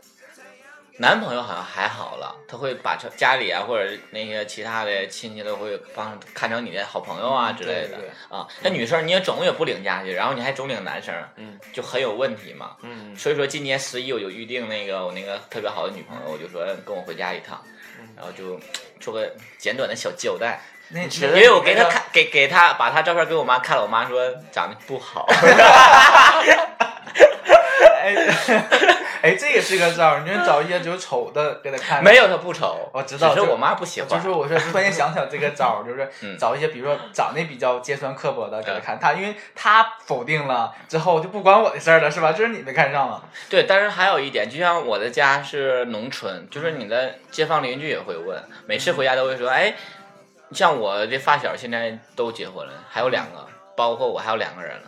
Speaker 2: 男朋友好像还好了，他会把这家里啊或者那些其他的亲戚都会帮看成你的好朋友啊之类的
Speaker 4: 嗯对对
Speaker 2: 啊。那女生你也总也不领家去，然后你还总领男生，
Speaker 4: 嗯，
Speaker 2: 就很有问题嘛。
Speaker 4: 嗯，
Speaker 2: 所以说今年十一我就预定那个我那个特别好的女朋友，我就说跟我回家一趟，
Speaker 3: 嗯
Speaker 2: 然后就做个简短的小交代，
Speaker 3: 那
Speaker 4: 你觉
Speaker 2: 因
Speaker 4: 得
Speaker 2: 为我给
Speaker 4: 你这
Speaker 2: 她
Speaker 4: 个
Speaker 2: 看给给她把她照片给我妈看了，我妈说长得不好。
Speaker 3: 哎， 哎，这也是个招儿，你就找一些就是丑的给他看。
Speaker 2: 没有，他不丑，
Speaker 3: 我知道
Speaker 2: 只是
Speaker 3: 就
Speaker 2: 我妈不喜欢。
Speaker 3: 就是我是突然间想起来这个招儿，就
Speaker 2: 嗯
Speaker 3: 是找一些比如说长得比较尖酸刻薄的给他看，他因为他否定了之后就不管我的事儿了，是吧？就是你没看上了，
Speaker 2: 对，但是还有一点，就像我的家是农村，就是你的街坊邻居也会问，每次回家都会说，哎，像我的发小现在都结婚了，还有两个，包括我还有两个人了。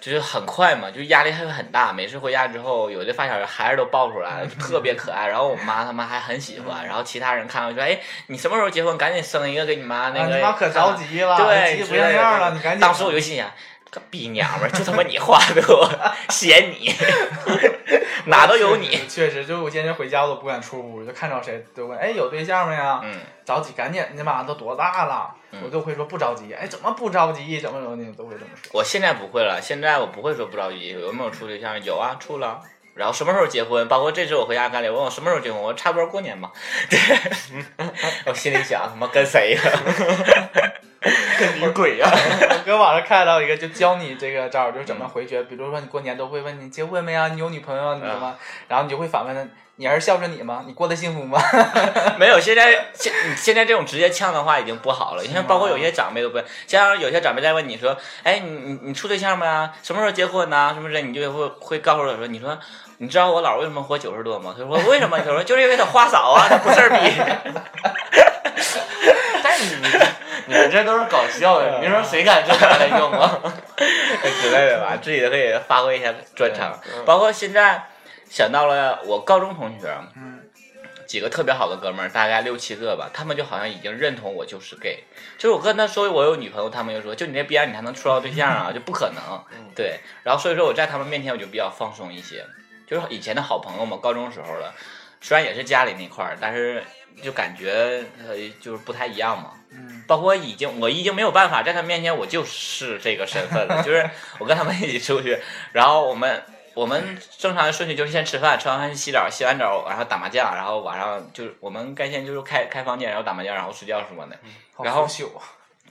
Speaker 2: 就是很快嘛，就压力还会很大。每次回家之后，有的发小孩子都抱出来了，就特别可爱。然后我妈他们还很喜欢，然后其他人看到说：“哎，你什么时候结婚？赶紧生一个给你妈那
Speaker 3: 啊
Speaker 2: 个。”
Speaker 3: 你妈可着急了，
Speaker 2: 对，
Speaker 3: 急得不
Speaker 2: 之
Speaker 3: 像
Speaker 2: 类的
Speaker 3: 样了，你赶紧。
Speaker 2: 当时我就心想，个逼娘们儿，就他妈你画的我， 嫌你， 哪都有你。
Speaker 3: 确实，就我今天回家我都不敢出屋，就看着谁都问，哎，有对象没呀？
Speaker 2: 嗯，
Speaker 3: 着急，赶紧，你妈都多大了？
Speaker 2: 嗯
Speaker 3: 我就会说不着急，哎，怎么不着急？怎么怎么，都会这么说。
Speaker 2: 我现在不会了，现在我不会说不着急，有没有处对象？有啊，处了。然后什么时候结婚？包括这次我回家干聊，问我什么时候结婚，我差不多过年吧。 对，我心里想，他妈跟谁呀、
Speaker 4: 跟 女鬼呀、
Speaker 3: 我搁网上看到一个，就教你这个招儿，就是怎
Speaker 2: 嗯
Speaker 3: 么回绝。比如说你过年都会问你结婚没啊，你有女朋友啊你什么，然后你就会反问他，你儿子孝顺你吗？你过得幸福 吗？
Speaker 2: 没有，现在现现在这种直接呛的话已经不好了。你看，包括有些长辈都不，像有些长辈在问你说：“哎，你你你处对象没啊？什么时候结婚呐、什么之类，你就会会告诉他说：“你说你知道我姥儿为什么活九十多吗？”他说：“为什么？”他说：“就是因为他花少啊，他不事儿逼。
Speaker 4: 但是你你们这都是搞笑的，你说谁敢这拿来用啊？”
Speaker 2: 之类的吧，自 己可以发挥一下专长
Speaker 4: 嗯。
Speaker 2: 包括现在想到了我高中同学，
Speaker 3: 嗯，
Speaker 2: 几个特别好的哥们儿，大概六七个吧，他们就好像已经认同我就是 gay，就是我跟他说我有女朋友，他们就说就你这逼样，你还能处到对象啊？就不可能
Speaker 4: 嗯，
Speaker 2: 对。然后所以说我在他们面前我就比较放松一些，就是以前的好朋友嘛，高中时候的，虽然也是家里那块儿，但是就感觉呃就是不太一样嘛。
Speaker 3: 嗯，
Speaker 2: 包括已经我已经没有办法在他面前我就是这个身份了，就是我跟他们一起出去，然后我们我们正常的顺序就是先吃饭，吃完饭洗澡，洗完澡然后打麻将，然后晚上就是我们该先就是开开房间，然后打麻将，然后睡觉什么的。
Speaker 3: 好
Speaker 2: 然后
Speaker 3: 优秀啊，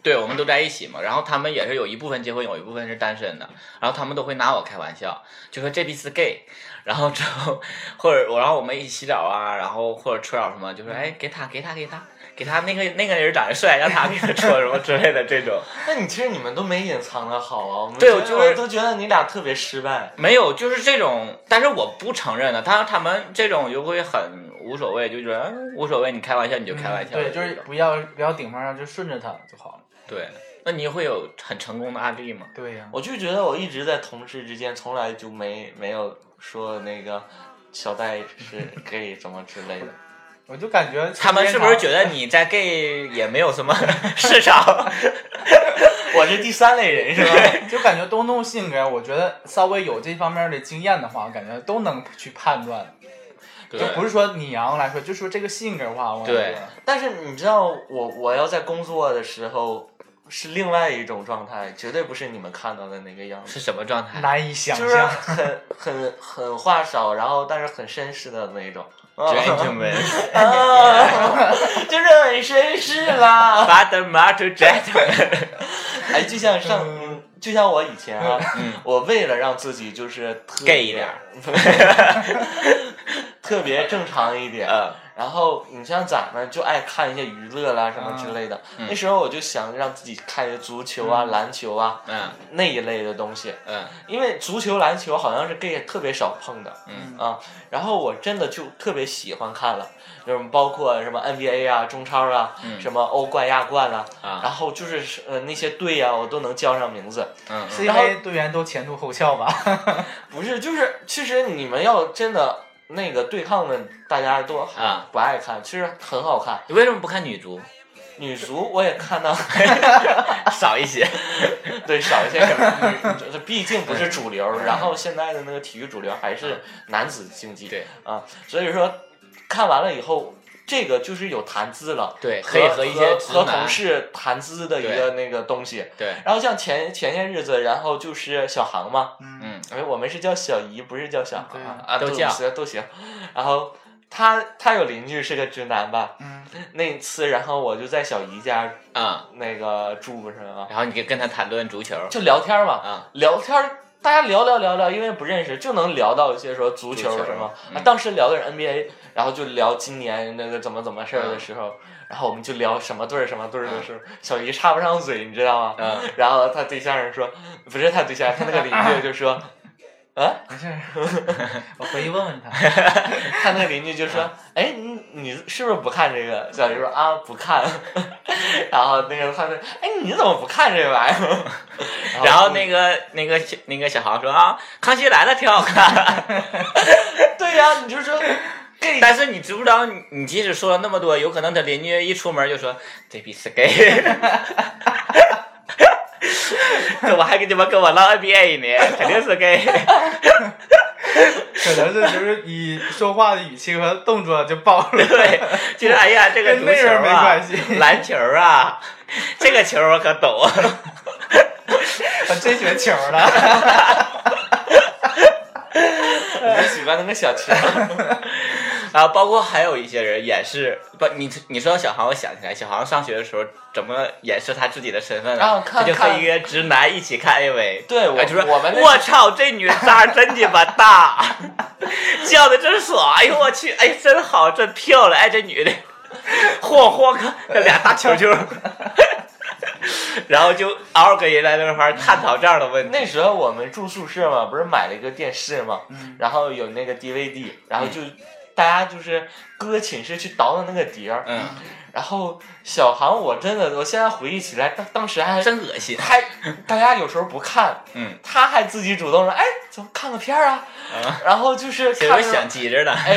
Speaker 2: 对，我们都在一起嘛，然后他们也是有一部分结婚，有一部分是单身的，然后他们都会拿我开玩笑，就说这逼是 gay，然 后之后或者我然后我们一起洗澡啊，然后或者搓澡什么，就说哎给他给他给他给他那个那个人长得帅，让他给他搓什么之类的这种，
Speaker 4: 那你其实你们都没隐藏的好啊，我们
Speaker 2: 对我
Speaker 4: 觉得
Speaker 2: 就是
Speaker 4: 都觉得你俩特别失败。
Speaker 2: 没有就是这种，但是我不承认的，他他们这种就会很无所谓，就觉得嗯无所谓，你开玩笑你就开玩笑，
Speaker 3: 嗯对，就是不要不要顶风上，就顺着他就好了。
Speaker 2: 对，那你会有很成功的案例吗？
Speaker 3: 对呀、
Speaker 4: 我就觉得我一直在同事之间从来就没没有说那个小戴是 gay 怎么之类的。
Speaker 3: 我就感觉
Speaker 2: 他们是不是觉得你在 gay 也没有什么 市场？
Speaker 4: 我是第三类人是吧？
Speaker 3: 对，就感觉东东性格，我觉得稍微有这方面的经验的话，感觉都能去判断，就
Speaker 2: 对
Speaker 3: 不是说你阳来说，就说这个性格的话，我感
Speaker 2: 对
Speaker 3: 觉
Speaker 4: 但是你知道我我要在工作的时候是另外一种状态，绝对不是你们看到的那个样子。
Speaker 2: 是什么状 态？
Speaker 3: 难以想
Speaker 4: 就是
Speaker 3: 象。
Speaker 4: 很很很话少，然后但是很绅士的那种。
Speaker 2: Gentlemen,
Speaker 4: 啊， 就是很绅士啦。
Speaker 2: father, mother, gentlemen。
Speaker 4: 哎，就像上，嗯就像我以前啊，我为了让自己就是特
Speaker 2: 嗯 gay 一点儿，
Speaker 4: 特别正常一点。
Speaker 2: 嗯
Speaker 4: 然后你像咱们就爱看一些娱乐啦什么之类的，
Speaker 2: 嗯
Speaker 4: 那时候我就想让自己看一些足球啊、篮球啊
Speaker 2: 嗯
Speaker 4: 那一类的东西，
Speaker 2: 嗯
Speaker 4: 因为足球、篮球好像是 gay 特别少碰的，
Speaker 2: 嗯
Speaker 4: 啊，然后我真的就特别喜欢看了，就是包括什么 NBA 啊、中超啊、
Speaker 2: 嗯
Speaker 4: 什么欧冠、亚冠啊，
Speaker 2: 啊
Speaker 4: 然后就是呃那些队啊，我都能叫上名字。
Speaker 2: 嗯
Speaker 3: 是
Speaker 2: 嗯，
Speaker 3: 因为队员都前凸后翘吧？
Speaker 4: 不是，就是其实你们要真的那个对抗的，大家都好
Speaker 2: 啊
Speaker 4: 不爱看，其实很好看。
Speaker 2: 你为什么不看女足？
Speaker 4: 女足我也看 到，
Speaker 2: 少一些。
Speaker 4: 对少一些可能女，就是毕竟不是
Speaker 2: 嗯
Speaker 4: 主流。然后现在的那个体育主流还是男子竞技，
Speaker 2: 对
Speaker 4: 啊，所以说看完了以后，这个就是有谈资了，
Speaker 2: 对
Speaker 4: 和
Speaker 2: 可以和一些直
Speaker 4: 和
Speaker 2: 男
Speaker 4: 同事谈资的一个那个东西。
Speaker 2: 对，
Speaker 4: 然后像前前些日子，然后就是小航嘛，
Speaker 2: 嗯，
Speaker 4: 哎，我们是叫小姨，不是叫小航
Speaker 3: 对
Speaker 4: 啊啊，
Speaker 2: 都
Speaker 4: 行
Speaker 2: 叫
Speaker 4: 都行。然后他他有邻居是个直男吧？
Speaker 3: 嗯，
Speaker 4: 那次然后我就在小姨家
Speaker 2: 啊、
Speaker 4: 那个住是吗？
Speaker 2: 然后你可以跟他谈论足球，
Speaker 4: 就聊天嘛，
Speaker 2: 啊
Speaker 4: 聊天儿，大家聊聊聊聊，因为不认识，就能聊到一些说足球
Speaker 2: 足球
Speaker 4: 什么。
Speaker 2: 嗯
Speaker 4: 啊，当时聊的是 NBA，然后就聊今年那个怎么怎么事儿的
Speaker 2: 嗯
Speaker 4: 时候，然后我们就聊什么队儿什么队儿的时候，小姨插不上嘴，你知道吗？
Speaker 2: 嗯，
Speaker 4: 然后他对象人说，不是他对象，他那个邻居就说，
Speaker 3: 没事儿，我回去问问他。
Speaker 4: 他那个邻居就
Speaker 2: 嗯
Speaker 4: 说：“哎，你你是不是不看这个？”小姨说：“啊，不看。”然后那个他说：“哎，你怎么不看这玩意儿？”
Speaker 2: 然后那个那个小那个小航说啊，《康熙来了》挺好看，
Speaker 4: 对呀、你就说，gay
Speaker 2: 但是你知不知道你，你即使说了那么多，有可能他邻居一出门就说这逼是 gay，这我还跟你们跟我唠 NBA 呢，肯定是 gay。
Speaker 3: 可能是就是以说话的语气和动作就暴露了。
Speaker 2: 对，其实哎呀，这个
Speaker 3: 跟内容
Speaker 2: 足球啊
Speaker 3: 没关系
Speaker 2: 篮球啊，这个球我可懂。
Speaker 3: 我真学球了，
Speaker 4: 你喜欢那个小球，
Speaker 2: 然后包括还有一些人掩饰，不，你你说到小航，我想起来，小航上学的时候怎么掩饰他自己的身份呢？
Speaker 4: 啊看
Speaker 2: 他就和
Speaker 4: 看
Speaker 2: 一个直男一起看 AV。
Speaker 4: 对我
Speaker 2: 啊就说
Speaker 4: 我们那
Speaker 2: 我操，这女渣真鸡巴大， 叫的真爽！哎呦我去，哎真好，真漂亮！哎这女的，晃晃看这俩大球 球，然后就嗷跟人在那块儿探讨这样的问题。
Speaker 4: 那时候我们住宿舍嘛，不是买了一个电视嘛，
Speaker 2: 嗯
Speaker 4: 然后有那个 DVD，然后就、大家就是搁寝室去倒腾那个碟儿，
Speaker 2: 嗯，
Speaker 4: 然后小航我真的，我现在回忆起来，当当时还
Speaker 2: 真恶心。
Speaker 4: 还大家有时候不看，
Speaker 2: 嗯，
Speaker 4: 他还自己主动说，哎，走看个片儿啊，然后就是
Speaker 2: 谁
Speaker 4: 看
Speaker 2: 会
Speaker 4: 着
Speaker 2: 想急着呢？
Speaker 4: 哎，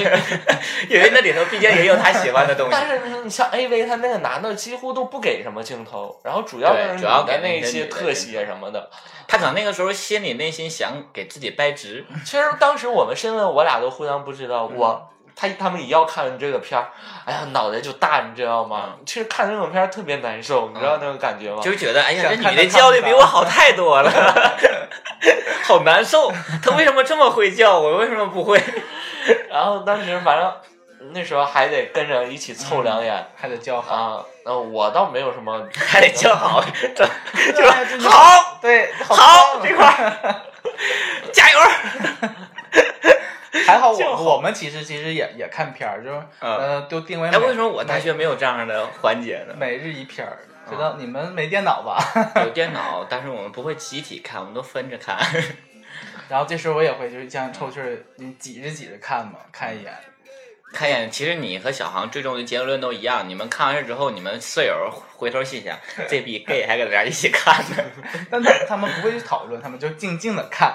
Speaker 2: 因为那里头毕竟也有他喜欢的东西。
Speaker 4: 但是你像 AV，他那个男的几乎都不给什么镜头，然后主要
Speaker 2: 对
Speaker 4: 是
Speaker 2: 主要
Speaker 4: 女的
Speaker 2: 给
Speaker 4: 那
Speaker 2: 那些
Speaker 4: 些
Speaker 2: 女的
Speaker 4: 特写什么的。
Speaker 2: 他可能那个时候心里内心想给自己掰直，
Speaker 4: 其实当时我们身份，我俩都互相不知
Speaker 2: 嗯
Speaker 4: 道，我。他他们一要看这个片儿，哎呀，脑袋就大，你知道吗？其实看这种片儿特别难受，你知道那种感觉吗？
Speaker 2: 嗯就觉得哎呀，
Speaker 3: 想
Speaker 2: 这
Speaker 3: 看
Speaker 2: 女
Speaker 3: 她
Speaker 2: 的
Speaker 3: 看
Speaker 2: 叫的
Speaker 3: 不
Speaker 2: 比
Speaker 3: 着
Speaker 2: 我好太多了， 好难受。她为什么这么会叫，我为什么不 会？
Speaker 4: 然后当时反正那时候还得跟着一起
Speaker 2: 嗯
Speaker 4: 凑两眼、
Speaker 3: 还得叫好。
Speaker 4: 啊。那我倒没有什么，
Speaker 2: 还得叫好， 啊这
Speaker 3: 哎
Speaker 2: 就
Speaker 3: 真
Speaker 2: 是
Speaker 3: 的
Speaker 2: 好
Speaker 3: 对，啊
Speaker 2: 好这块儿，加 油儿！
Speaker 3: 还好
Speaker 2: 就
Speaker 3: 我
Speaker 2: 好
Speaker 3: 我们其实其实也也看片儿，就是
Speaker 2: 嗯
Speaker 3: 呃都定位
Speaker 2: 哎，为
Speaker 3: 每
Speaker 2: 什么我大学没有这样的环节呢？
Speaker 3: 每日一片儿？
Speaker 2: 嗯
Speaker 3: 知道你们没电脑吧？
Speaker 2: 有电脑，但是我们不会集体看，我们都分着看。
Speaker 3: 然后这时候我也会就是这样抽气儿，你挤着挤着看嘛，看一眼。
Speaker 2: 看一眼，其实你和小航最终的结论都一样。你们看完事之后，你们舍友回头细想，这逼 gay 还搁这儿一起看呢。
Speaker 3: 但他他们不会去讨论，他们就静静的看。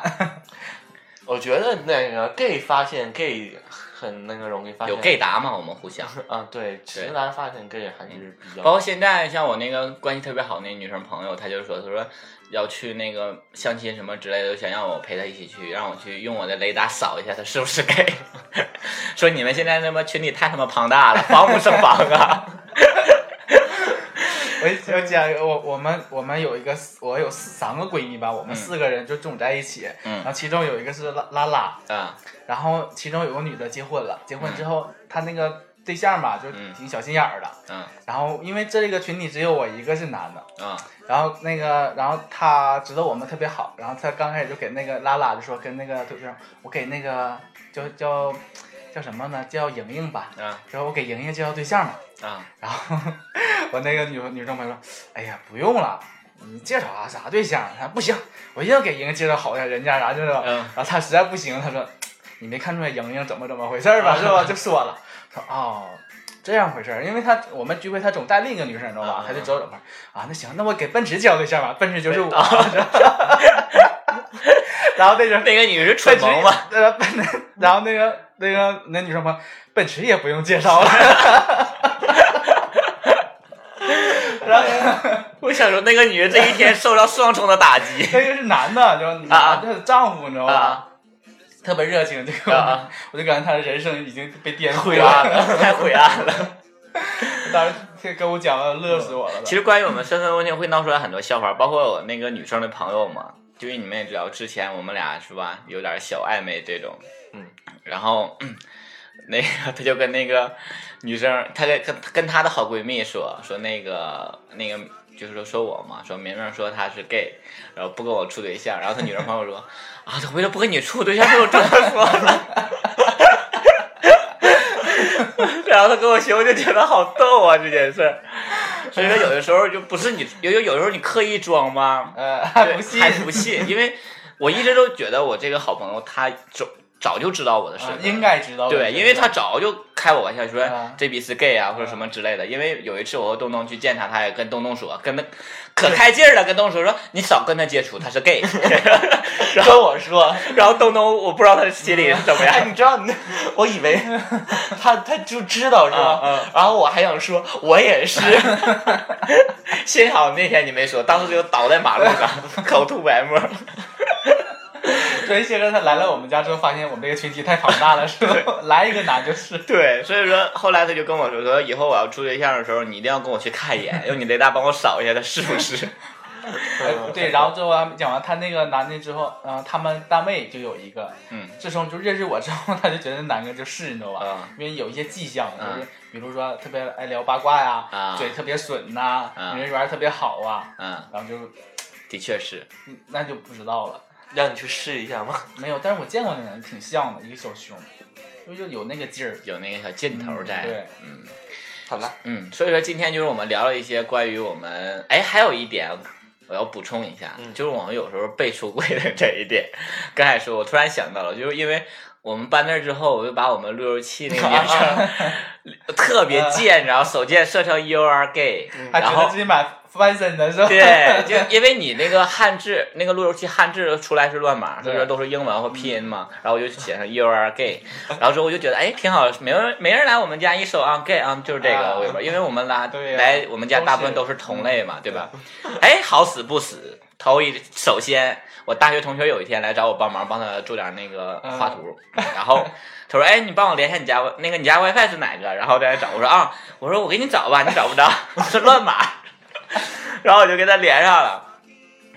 Speaker 4: 我觉得那个 gay 发现 gay 很那个容易发现
Speaker 2: 有 gay 达嘛？我们互相。
Speaker 4: 啊，对，直男发现 gay 还是比较
Speaker 2: 嗯包括现在，像我那个关系特别好那女生朋友，她就说，她说要去那个相亲什么之类的，想让我陪她一起去，让我去用我的雷达扫一下她是不是 gay。说你们现在他妈群体太他妈庞大了，防不胜防啊！
Speaker 3: 我我讲我我们我们有一个我有四三个闺蜜吧，我们四个人就总在一起，
Speaker 2: 嗯
Speaker 3: 然后其中有一个是拉拉拉，
Speaker 2: 啊，
Speaker 3: 然后其中有个女的结婚了，结婚之后她那个对象吧就
Speaker 2: 嗯
Speaker 3: 挺小心眼儿的，
Speaker 2: 嗯
Speaker 3: 然后因为这个群体只有我一个是男的，
Speaker 2: 啊，
Speaker 3: 然后那个然后她知道我们特别好，然后她刚开始就给那个拉拉就说跟那个对象，我给那个叫叫叫什么呢？叫莹莹吧，
Speaker 2: 啊
Speaker 3: 然后我给莹莹介绍对象吧。
Speaker 2: 啊，
Speaker 3: 然后我那个女女生朋友说：“哎呀，不用了，你介绍啥啥对象？”她说：“不行，我一定要给莹莹介绍好的人家啥就是。
Speaker 2: 嗯
Speaker 3: 然后她实在不行，她说：“你没看出来莹莹怎么怎么回事儿
Speaker 2: 啊
Speaker 3: 吧？是吧？”就说了，说哦。这样回事儿，因为她我们聚会，她总带另一个女生，你知道吧
Speaker 2: 嗯？嗯
Speaker 3: 她就知道怎么回事儿啊。那行，那我给奔驰介绍对象吧，奔驰就是我。
Speaker 2: 哎
Speaker 3: 然后那人
Speaker 2: 那个女是蠢
Speaker 3: 奔驰
Speaker 2: 萌啊嘛？
Speaker 3: 呃， 奔，然后那个那个那女生朋友，奔驰也不用介绍了。 然后
Speaker 2: 我想说，那个女的这一天受到双重的打击。
Speaker 3: 那个是男的，就是男
Speaker 2: 啊
Speaker 3: 的丈夫，你知道吧？
Speaker 2: 啊
Speaker 3: 他特别热情，这个、
Speaker 2: 啊
Speaker 3: 我就感觉他的人生已经被颠覆
Speaker 2: 晦暗了， 太晦暗了。
Speaker 3: 当时这跟我讲了，乐死我了。
Speaker 2: 嗯其实关于我们三三温情会闹出来很多笑话，包括我那个女生的朋友嘛，就是你们也知道，之前我们俩是吧，有点小暧昧这种，
Speaker 4: 嗯，
Speaker 2: 然后 嗯那个他就跟那个女生，他跟跟跟他的好闺蜜说说那个那个。就是说说我嘛，说明明说他是 gay，然后不跟我处对象，然后他女生朋友说啊，他为了不跟你处对象，被我这么说 了，然后他跟我学，我就觉得好逗啊这件事儿。所以说，有的时候就不是你，有有有时候你刻意装吧，
Speaker 3: 呃，还不信，
Speaker 2: 还不信，因为我一直都觉得我这个好朋友他早早就知道我的身
Speaker 3: 啊
Speaker 2: 份，
Speaker 3: 应该知道的。
Speaker 2: 对，因为他早就开我玩笑说
Speaker 3: 啊
Speaker 2: 这逼是 gay 啊或者什么之类的。因为有一次我和东东去见他，他也跟东东说， 跟他可开劲儿了，跟东东说说你少跟他接触，他 是 gay。
Speaker 4: 跟我说，
Speaker 2: 然后东东我不知道他心里是怎么
Speaker 4: 哎，
Speaker 2: 样，
Speaker 4: 你知道，你我以为他他就知道是吧？
Speaker 2: 嗯嗯
Speaker 4: 然后我还想说，我也 是，
Speaker 2: 幸好那天你没说，当时就倒在马路 上，口吐白沫。
Speaker 3: 所以现在他来了我们家之后，发现我们这个群体太庞大了，是吧？来一个男就是。
Speaker 2: 对，所以说后来他就跟我说说，以后我要处对象的时候，你一定要跟我去看一 眼，用你雷达帮我扫一下他是不 是。呃嗯
Speaker 3: 对，然后之后啊讲完他那个男的之后，然后他们单位就有一个，
Speaker 2: 嗯，
Speaker 3: 自从就认识我之后，他就觉得男哥就是，你知道吧？
Speaker 2: 啊
Speaker 3: 因为有一些迹象，
Speaker 2: 啊
Speaker 3: 就是比如说特别爱聊八卦呀、
Speaker 2: 啊
Speaker 3: 嘴特别损呐、
Speaker 2: 啊
Speaker 3: 人缘特别好啊，
Speaker 2: 嗯，
Speaker 3: 然后就
Speaker 2: 的确是，
Speaker 3: 嗯那就不知道了。
Speaker 4: 让你去试一下嘛。
Speaker 3: 没有，但是我见过那人挺像的，一个小胸，就就有那个劲儿。
Speaker 2: 有那个小劲头在。
Speaker 3: 嗯对，
Speaker 2: 嗯
Speaker 4: 好了，
Speaker 2: 嗯，所以说今天就是我们聊了一些关于我们，哎，还有一点我要补充一下，
Speaker 4: 嗯
Speaker 2: 就是我们有时候被出柜的这一点， 刚才说，我突然想到了，就是因为。我们搬那儿之后，我就把我们路由器那个名称特别贱，然后手贱设成 U R gay，
Speaker 3: 还
Speaker 2: 然
Speaker 3: 觉
Speaker 2: 后
Speaker 3: 得自己买翻身的是吧？
Speaker 2: 对，就因为你那个汉字，那个路由器汉字出来是乱码，所以说
Speaker 3: 对
Speaker 2: 都是英文或拼音嘛。然后我就写上 U R gay，然 后之后我就觉得哎挺好，没人没人来我们家一搜啊 gay 啊就是这
Speaker 3: 啊
Speaker 2: 个尾巴，因为我们来
Speaker 3: 对呀
Speaker 2: 来我们家
Speaker 3: 都
Speaker 2: 大部分
Speaker 3: 是嗯
Speaker 2: 都是同类嘛，对吧？哎，好死不死，头一首先我大学同学有一天来找我帮忙，帮他做点那个
Speaker 3: 嗯
Speaker 2: 画图，然后。他说：“哎，你帮我连一下你家 Wi- 那个你家 WiFi 是哪个？然后再找。”我说：“啊，我说我给你找吧，你找不着，是乱码。”然后我就跟他连上了，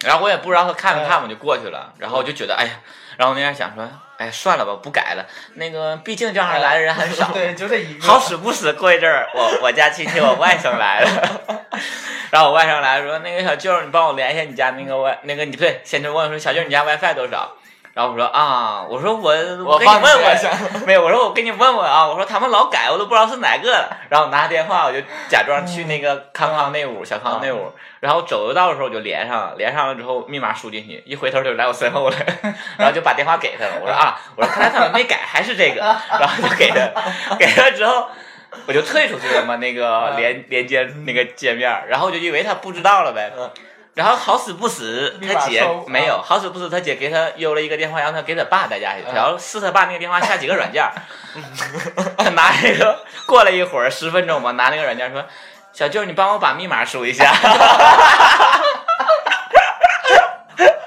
Speaker 2: 然后我也不知道他看没看，我就过去了。然后我就觉得，哎呀，然后我那天想说，哎，算了吧，不改了。那个，毕竟这样来的人很少，
Speaker 3: 对，就这一个。
Speaker 2: 好死不死过一阵儿，我我家亲戚我外甥来了， 然后我外甥来说，那个小舅儿，你帮我联系一下你家那个 Wi，那个你不对，先就问我说小舅儿你家 WiFi 多少？然后我说啊，我说我
Speaker 3: 我
Speaker 2: 给你
Speaker 3: 帮
Speaker 2: 问
Speaker 3: 你
Speaker 2: 问
Speaker 3: 一下，
Speaker 2: 没有，我说我给你问问啊，我说他们老改，我都不知道是哪个了。然后我拿电话，我就假装去那个康康那屋，小康那屋，然后走楼道的时候我就连上了，连上了之后密码输进去，一回头就来我身后了， 然后就把电话给他了。我说啊，我说看来他们没改，还是这个，然后就给他，给他之后。我就退出去了嘛，那个连连接那个界面儿，然后我就以为他不知道了呗
Speaker 4: 嗯，
Speaker 2: 然后好死不死，
Speaker 3: 密
Speaker 2: 他
Speaker 3: 码
Speaker 2: 姐
Speaker 3: 错误
Speaker 2: 没有，
Speaker 3: 啊
Speaker 2: 好死不死，他姐给他邮了一个电话，让他给他爸带家去，然后是他爸那个电话下几个软件 儿，他拿那个过了一会儿十分钟吧，拿那个软件说：“小舅，你帮我把密码输一下。”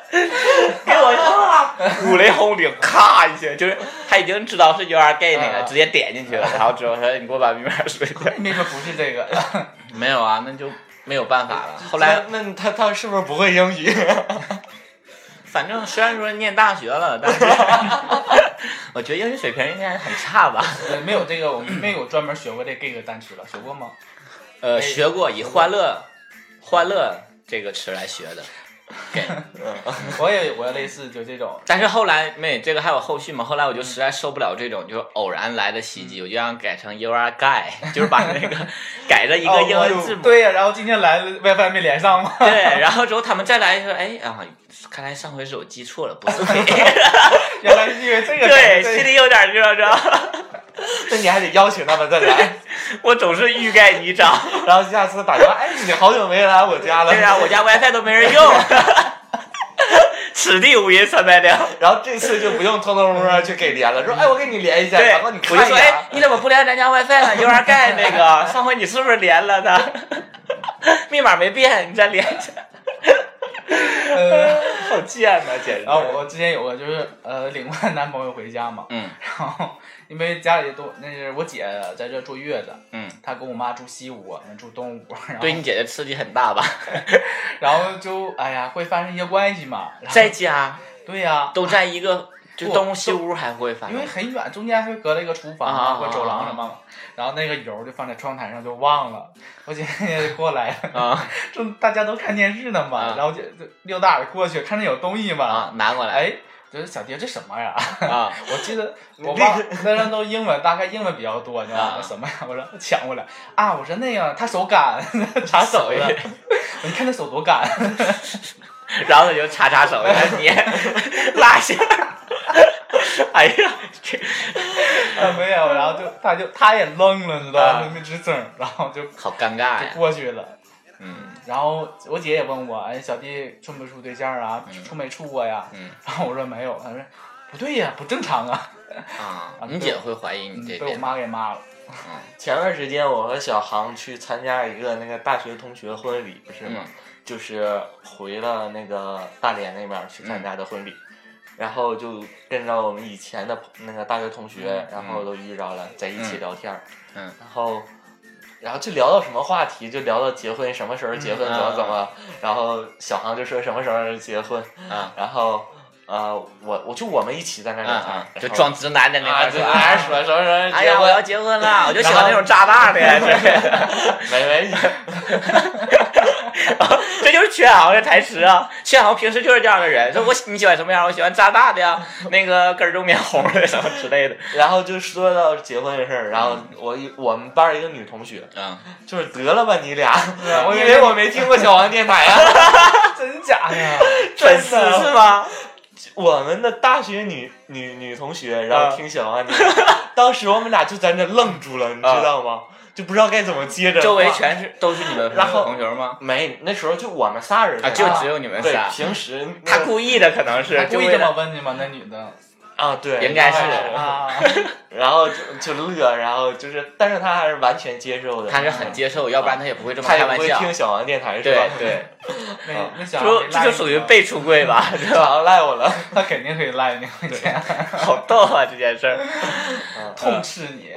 Speaker 2: 给我说五雷轰顶，咔一下，就是他已经知道是 U R gay 那个，
Speaker 3: 啊
Speaker 2: 直接点进去了，然后之后说：“你给我把密码输一下。
Speaker 3: 那个不是这个，”
Speaker 2: 没有啊，那就没有办法了。后
Speaker 4: 后
Speaker 2: 来
Speaker 4: 来问他他是不是不会英语？
Speaker 2: 反正虽然说念大学了，但是我觉得英语水平应该很差吧。
Speaker 3: 对没有这个，我们没有专门学过这 gay 个单词了，学过吗？
Speaker 2: 呃，
Speaker 3: 哎
Speaker 2: 学过以“欢乐”“欢乐”这个词来学的。给
Speaker 3: 我也有过类似就这种，
Speaker 2: 但是后来没这个还有后续嘛？后来我就实在受不了这种就是偶然来的袭击，我就让改成 “you are guy”，就是 把那个改了一个英文字母。
Speaker 3: 哦对呀、然后今天来了 WiFi 没连上吗？
Speaker 2: 哦对，然后之后他们再来说，哎啊，看来上回是我记错了，不 是你。
Speaker 3: 原来是因为这个。
Speaker 2: 对，心里有点这这，
Speaker 4: 那你还得邀请他们再来，
Speaker 2: 我总是欲盖弥彰。
Speaker 4: 然后下次打电话，哎，你好久没来我家了。
Speaker 2: 对呀、我家 WiFi 都没人用， 此地无银三百两。
Speaker 4: 然后这次就不用偷偷摸摸去给连了，说哎，我给你连一下，
Speaker 2: 对，
Speaker 4: 然后你看
Speaker 2: 我就
Speaker 4: 一
Speaker 2: 说，
Speaker 4: 眼
Speaker 2: 哎
Speaker 4: 啊，，
Speaker 2: 你怎么不连咱家 WiFi 呢？有点盖 那个，上回你是不是连了的？密码没变，你再连一下。
Speaker 3: 嗯
Speaker 2: 好贱呐，简直！
Speaker 3: 然后我之前有个就是呃领过男朋友回家嘛，
Speaker 2: 嗯
Speaker 3: 然后因为家里都那是我姐在这坐月子，
Speaker 2: 嗯，
Speaker 3: 她跟我妈住西屋，我们住东屋，然后
Speaker 2: 对你姐姐刺激很大吧？
Speaker 3: 然后就哎呀会发生一些关系嘛，然后
Speaker 2: 在家
Speaker 3: 对呀、
Speaker 2: 都在一个就
Speaker 3: 不
Speaker 2: 东西屋还会发
Speaker 3: 因为
Speaker 2: 生，
Speaker 3: 很远，中间还隔了一个厨房
Speaker 2: 啊
Speaker 3: 或走廊什么嘛，然后那个油就放在窗台上就忘了，我姐 也过来了，
Speaker 2: 啊
Speaker 3: 正大家都看电视呢嘛，
Speaker 2: 啊
Speaker 3: 然后就就溜达着过去，看见有东西嘛，
Speaker 2: 啊，拿过来
Speaker 3: 哎，就是小蝶这什么呀？
Speaker 2: 啊，
Speaker 3: 我记 得
Speaker 4: 你
Speaker 3: 我
Speaker 4: 这
Speaker 3: 爸
Speaker 4: 个
Speaker 3: 那时候都英文，大概英文比较多，你知道
Speaker 2: 啊
Speaker 3: 吗？什么呀？我说抢过来啊！我说那个他手干，查手
Speaker 2: 手
Speaker 3: 了。
Speaker 2: 艺
Speaker 3: 我说你看他手多 干，
Speaker 2: 然后他就擦擦手，然后你 拉下，哎呀，这
Speaker 3: 啊没有，然后就他就他也愣了，你知道
Speaker 2: 啊
Speaker 3: 吗？没吱声，然后就
Speaker 2: 好尴尬
Speaker 3: 就
Speaker 2: 呀，
Speaker 3: 过去了。
Speaker 2: 嗯
Speaker 3: 然后我姐也问我，哎，小弟处没处对象啊？处没处过呀？
Speaker 2: 嗯
Speaker 3: 然后我说没有，她说不对呀，不正常啊，
Speaker 2: 啊
Speaker 3: 啊，
Speaker 2: 你姐会怀疑
Speaker 4: 嗯
Speaker 2: 你这
Speaker 3: 被我
Speaker 2: 点，
Speaker 3: 妈给 骂了。
Speaker 4: 前段时间我和小航去参加一个那个大学同学婚礼，不是吗？
Speaker 2: 嗯
Speaker 4: 就是回了那个大连那边儿去参加的婚礼，然后就跟着我们以前的那个大学同学，然后都遇着了，在一起
Speaker 2: 嗯
Speaker 4: 聊天儿，
Speaker 2: 嗯
Speaker 4: 然后。然后就聊到什么话题，就聊到结婚，什么时候结婚，
Speaker 2: 嗯
Speaker 4: 怎么怎
Speaker 2: 啊
Speaker 4: 么，然后小航就说什么时候结婚，
Speaker 2: 啊
Speaker 4: 然后，呃，我我就我们一起在那
Speaker 2: 啊
Speaker 4: 聊天儿
Speaker 2: 啊，，就
Speaker 4: 然后
Speaker 2: 装直男在
Speaker 4: 啊，
Speaker 2: 那边
Speaker 4: 就
Speaker 2: 说，
Speaker 4: 在那
Speaker 2: 哎
Speaker 4: 儿说什么时候
Speaker 2: 哎
Speaker 4: 结
Speaker 2: 呀，我
Speaker 4: 婚，
Speaker 2: 要结婚了，我就喜欢那种炸大的呀，这
Speaker 4: 没没，
Speaker 2: 这就是缺航的台词啊！缺航平时就是这样的人，说我喜你喜欢什么样？我喜欢炸大的呀，那个根儿都棉红的什么之类的。
Speaker 4: 然后就说到结婚的事儿，然后我一我们班儿一个女同学，
Speaker 2: 嗯，
Speaker 4: 就是得了吧你俩，
Speaker 3: 我以
Speaker 4: 因
Speaker 3: 为
Speaker 4: 为我没听过小王电台啊，
Speaker 3: 真假呀？
Speaker 2: 粉丝是吗？
Speaker 4: 我们的大学女女女同学，然后听小王电台， 当时我们俩就在那愣住了，你知道吗？就不知道该怎么接着话，
Speaker 2: 嗯周围全是都是你们
Speaker 4: 然后
Speaker 2: 同学吗？
Speaker 4: 没，那时候就我们仨人
Speaker 2: 啊，就
Speaker 4: 啊
Speaker 2: 只有你们
Speaker 4: 对
Speaker 2: 仨，。
Speaker 4: 平时
Speaker 2: 他故意的，可能是
Speaker 3: 她故意
Speaker 2: 就为
Speaker 3: 这么
Speaker 2: 了
Speaker 3: 问你吗？那女 的
Speaker 4: 啊，对，
Speaker 2: 应该是
Speaker 3: 啊，
Speaker 4: 然后就就乐，然后就是，但是他还是完全接受的，嗯
Speaker 2: 他是很接受，要不然他也不会这么
Speaker 4: 他也
Speaker 2: 开
Speaker 4: 不
Speaker 2: 玩
Speaker 4: 会
Speaker 2: 笑。
Speaker 4: 听啊小王电台是吧
Speaker 2: 对？对，
Speaker 3: 那那小
Speaker 2: 就
Speaker 3: 孩
Speaker 2: 这就属于被出柜吧， 是
Speaker 4: 小
Speaker 2: 吧？
Speaker 4: 王赖我了，
Speaker 3: 他肯定可以赖你回家，
Speaker 2: 好逗啊，这件事 儿。
Speaker 3: 痛斥你。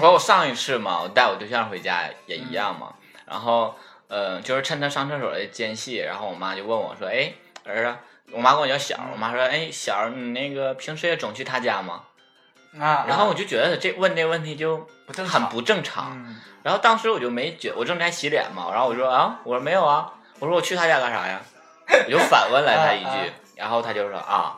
Speaker 2: 我我上一次嘛，我带我对象回家也一样嘛，然后呃，就是趁他上厕所的间隙，然后我妈就问我说：“哎，儿子，我妈管我叫小儿，我妈说：哎，小儿，你那个平时也总去他家吗？”
Speaker 3: 啊，
Speaker 2: 呃然后我就觉得这问这问题就
Speaker 3: 不正
Speaker 2: 很
Speaker 3: 常
Speaker 2: 不正常。
Speaker 3: 嗯
Speaker 2: 然后当时我就没觉，我正在洗脸嘛，然后我说啊，我说没有啊，我说我去他家干啥呀？ 我就反问了他一
Speaker 3: 啊
Speaker 2: 句，然后他就说啊，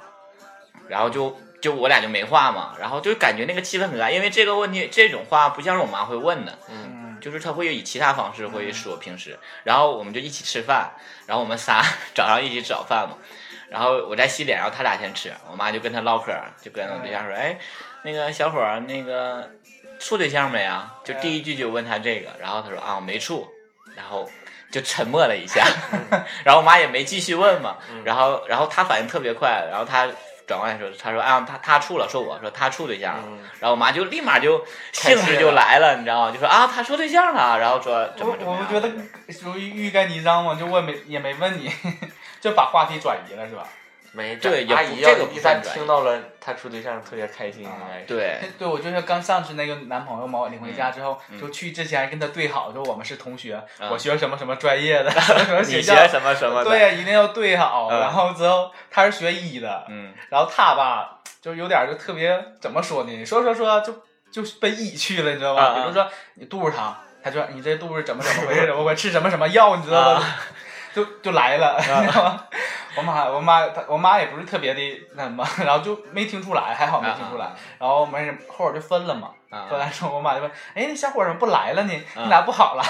Speaker 2: 然后就就我俩就没话嘛，然后就感觉那个气氛很尬，因为这个问题这种话不像是我妈会问的，
Speaker 4: 嗯，
Speaker 3: 嗯，
Speaker 2: 就是他会以其他方式会说平时，然后我们就一起吃饭，然后我们仨 早上一起吃早饭嘛，然后我在洗脸，然后他俩先吃，我妈就跟他唠嗑儿，就跟我对象说，哎，那个小伙儿那个处对象没啊？就第一句就问他这个，然后他说啊没处，然后就沉默了一下， 然后我妈也没继续问嘛，然后然后他反应特别快，然后他转过来说，他说啊他他处了，说我说他处对象了。
Speaker 4: 嗯
Speaker 2: 然后我妈就立马就
Speaker 4: 开
Speaker 2: 兴致
Speaker 4: 心了
Speaker 2: 就来了，你知道吗？就说啊，他说对象了，然后说怎
Speaker 3: 我
Speaker 2: 么怎么
Speaker 3: 我
Speaker 2: 样。
Speaker 3: 觉得 属于欲盖弥彰嘛，就问没也没问你， 就把话题转移了是吧？
Speaker 4: 没
Speaker 2: 对也
Speaker 4: 阿
Speaker 2: 不
Speaker 4: 姨
Speaker 2: 这
Speaker 4: 要
Speaker 2: 个不
Speaker 4: 一旦
Speaker 2: 算转移
Speaker 4: 听到了他处对象特别开心，应该是
Speaker 2: 对，
Speaker 3: 对，我就是刚上次那个男朋友嘛，我领回家之后，就去之前还跟他对好，说我们是同学，
Speaker 2: 嗯
Speaker 3: 我学什么什么专业的， 什么什么
Speaker 2: 你
Speaker 3: 校
Speaker 2: 学，什么什么的，
Speaker 3: 对呀，一定要对好。
Speaker 2: 嗯
Speaker 3: 然后之后他是学医的，
Speaker 2: 嗯，
Speaker 3: 然后他吧，就有点儿就特别怎么说呢？你说说说就就被抑去了，你知道
Speaker 2: 啊
Speaker 3: 吧？
Speaker 2: 啊
Speaker 3: 比如说你肚子疼，他就说你这肚子怎么怎么回事？ 我我吃什么什么药，你知道
Speaker 2: 啊
Speaker 3: 吧？就就来了， 你知道吗？我妈我妈她我妈也不是特别的那什么，然后就没听出来，还好没听出来。然后没事，后来就分了嘛。
Speaker 2: 啊
Speaker 3: 分完之后，我妈就问：“哎，那小伙儿怎么不来了呢？
Speaker 2: 啊
Speaker 3: 你咋不好 了？”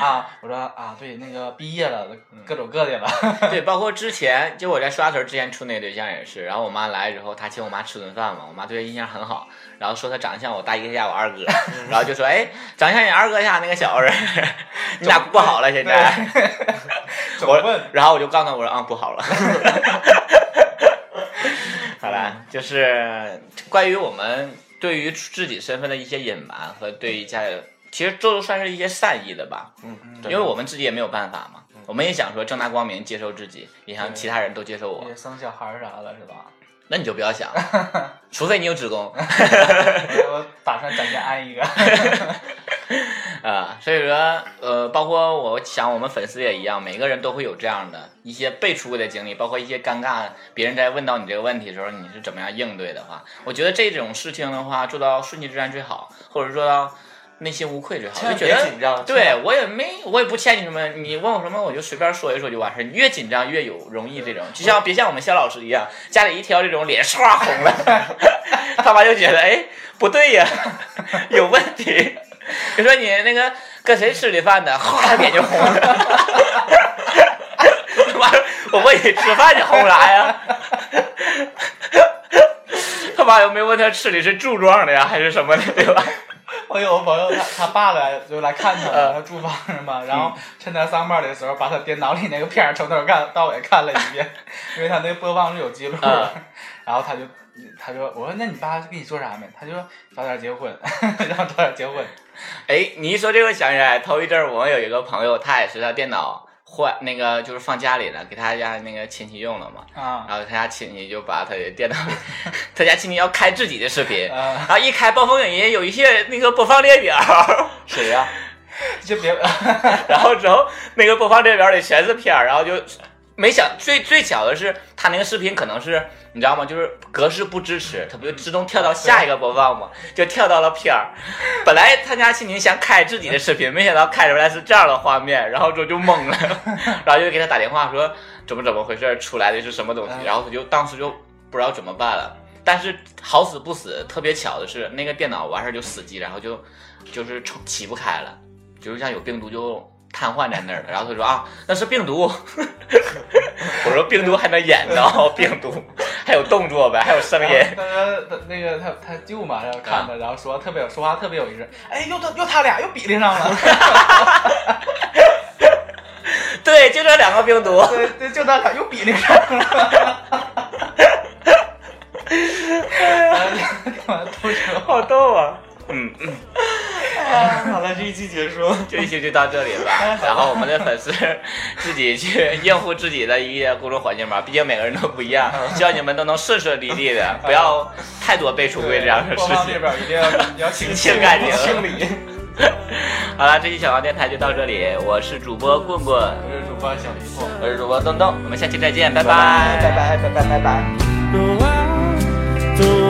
Speaker 3: 啊，我说啊，对，那个毕业了，
Speaker 2: 嗯
Speaker 3: 各走各的了。
Speaker 2: 对，包括之前就我在刷词儿之前处那个对象也是，然后我妈来之后，她请我妈吃顿饭嘛，我妈对她印象很好，然后说她长得像我大姨家我二 哥，然后就说哎，长得像你二哥家那个小子 儿，你俩不好了现在，
Speaker 3: 总
Speaker 2: 我
Speaker 3: 问
Speaker 2: 然后我就告诉她我说啊不好了。 好
Speaker 4: 嗯
Speaker 2: 了，就是关于我们对于自己身份的一些隐瞒和对于家里，其实这都算是一些善意的吧，
Speaker 4: 嗯，
Speaker 2: 因为我们自己也没有办法
Speaker 4: 嗯
Speaker 2: 嘛。我们也想说正大光明接受自己，也想其他人都接受我
Speaker 3: 也。生小孩儿啥的，是吧？
Speaker 2: 那你就不 要想，除非你有子宫啊、
Speaker 3: 我打算攒钱安一个。
Speaker 2: 啊所以说，呃，包括我想我们粉丝也一样，每个人都会有这样的一些被出轨的经历，包括一些尴尬，别人在问到你这个问题的时候，你是怎么样应对的话，我觉得这种事情的话，做到顺其自然最好，或者做到内心无愧最好。就觉
Speaker 4: 别
Speaker 2: 得
Speaker 4: 紧张，
Speaker 2: 对我也没，我也不欠你什么。你问我什么，我就随便说一说就完事儿。你越紧张越有容易这种，就像别像我们肖老师一样，家里一挑这种脸唰红了， 他妈就觉得哎不对呀，有问题。 就说你那个跟谁吃的饭呢？哗脸就红了。 他妈，我问你吃饭你红啥呀？ 他妈又没问他吃的是柱状的呀还是什么的，对吧？
Speaker 3: 我有个朋友，他他爸来就来看他
Speaker 2: 嗯
Speaker 3: 了，他住房上嘛，然后趁他上班的时候，把他电脑里那个片儿从头看到尾看了一遍， 因为他那播放是有记录的。 然后他就他就我说那你爸跟你说啥没？他就说早点结婚， 然后早点结婚。
Speaker 2: 哎，你一说这个，想起来头一阵儿我有一个朋友，他也是他电脑换那个就是放家里了，给他家那个亲戚用了嘛。
Speaker 3: 啊
Speaker 2: 然后他家亲戚就把他的电脑， 他家亲戚要开自己的视频，
Speaker 3: 啊！
Speaker 2: 然后一开暴风影音有一些那个播放列表，
Speaker 4: 谁呀？
Speaker 3: 就别
Speaker 2: 然后之后那个播放列表里全是片儿，然后就没想最最巧的是他那个视频可能是你知道吗？就是格式不支持，他不就自动跳到下一个播放吗？就跳到了片儿。本来他家亲戚想开自己的视频，没想到开出来是这样的画面，然后之后就懵了，然后就给他打电话说怎么怎么回事，出来的是什么东西，然后他就当时就不知道怎么办了。但是好死不死，特别巧的是，那个电脑完事儿就死机，然后就就是重起不开了，就是像有病毒就瘫痪在那儿了。然后他说啊，那是病 毒。我说病毒还能演到病 毒，还有动作呗，还有声音。
Speaker 3: 他他那个他他舅嘛，然后看他，然后说特别有说话特别有意思，哎，又他又他俩又比例上了，
Speaker 2: 对，就这两个病毒。
Speaker 3: 对对，就他俩又比例上了。哎都说
Speaker 2: 好逗啊！嗯，
Speaker 4: 哎好了，这一期结束。
Speaker 2: 这一期就到这里了。 然后我们的粉丝自己去应付自己的一些工作环境吧，毕竟每个人都不一 样。希望你们都能顺顺利利 的，不要太多被出轨这样的 事
Speaker 3: 播放列
Speaker 2: 情。
Speaker 3: 表一定要你 要清
Speaker 2: 清干净
Speaker 3: 清理。
Speaker 2: 好了，这期小王电台就到这里，我是主播棍棍，
Speaker 3: 我是主播小迷糊。
Speaker 2: 我是主播东东，我们下期再见，拜
Speaker 4: 拜拜拜拜拜拜拜。
Speaker 1: No, I don't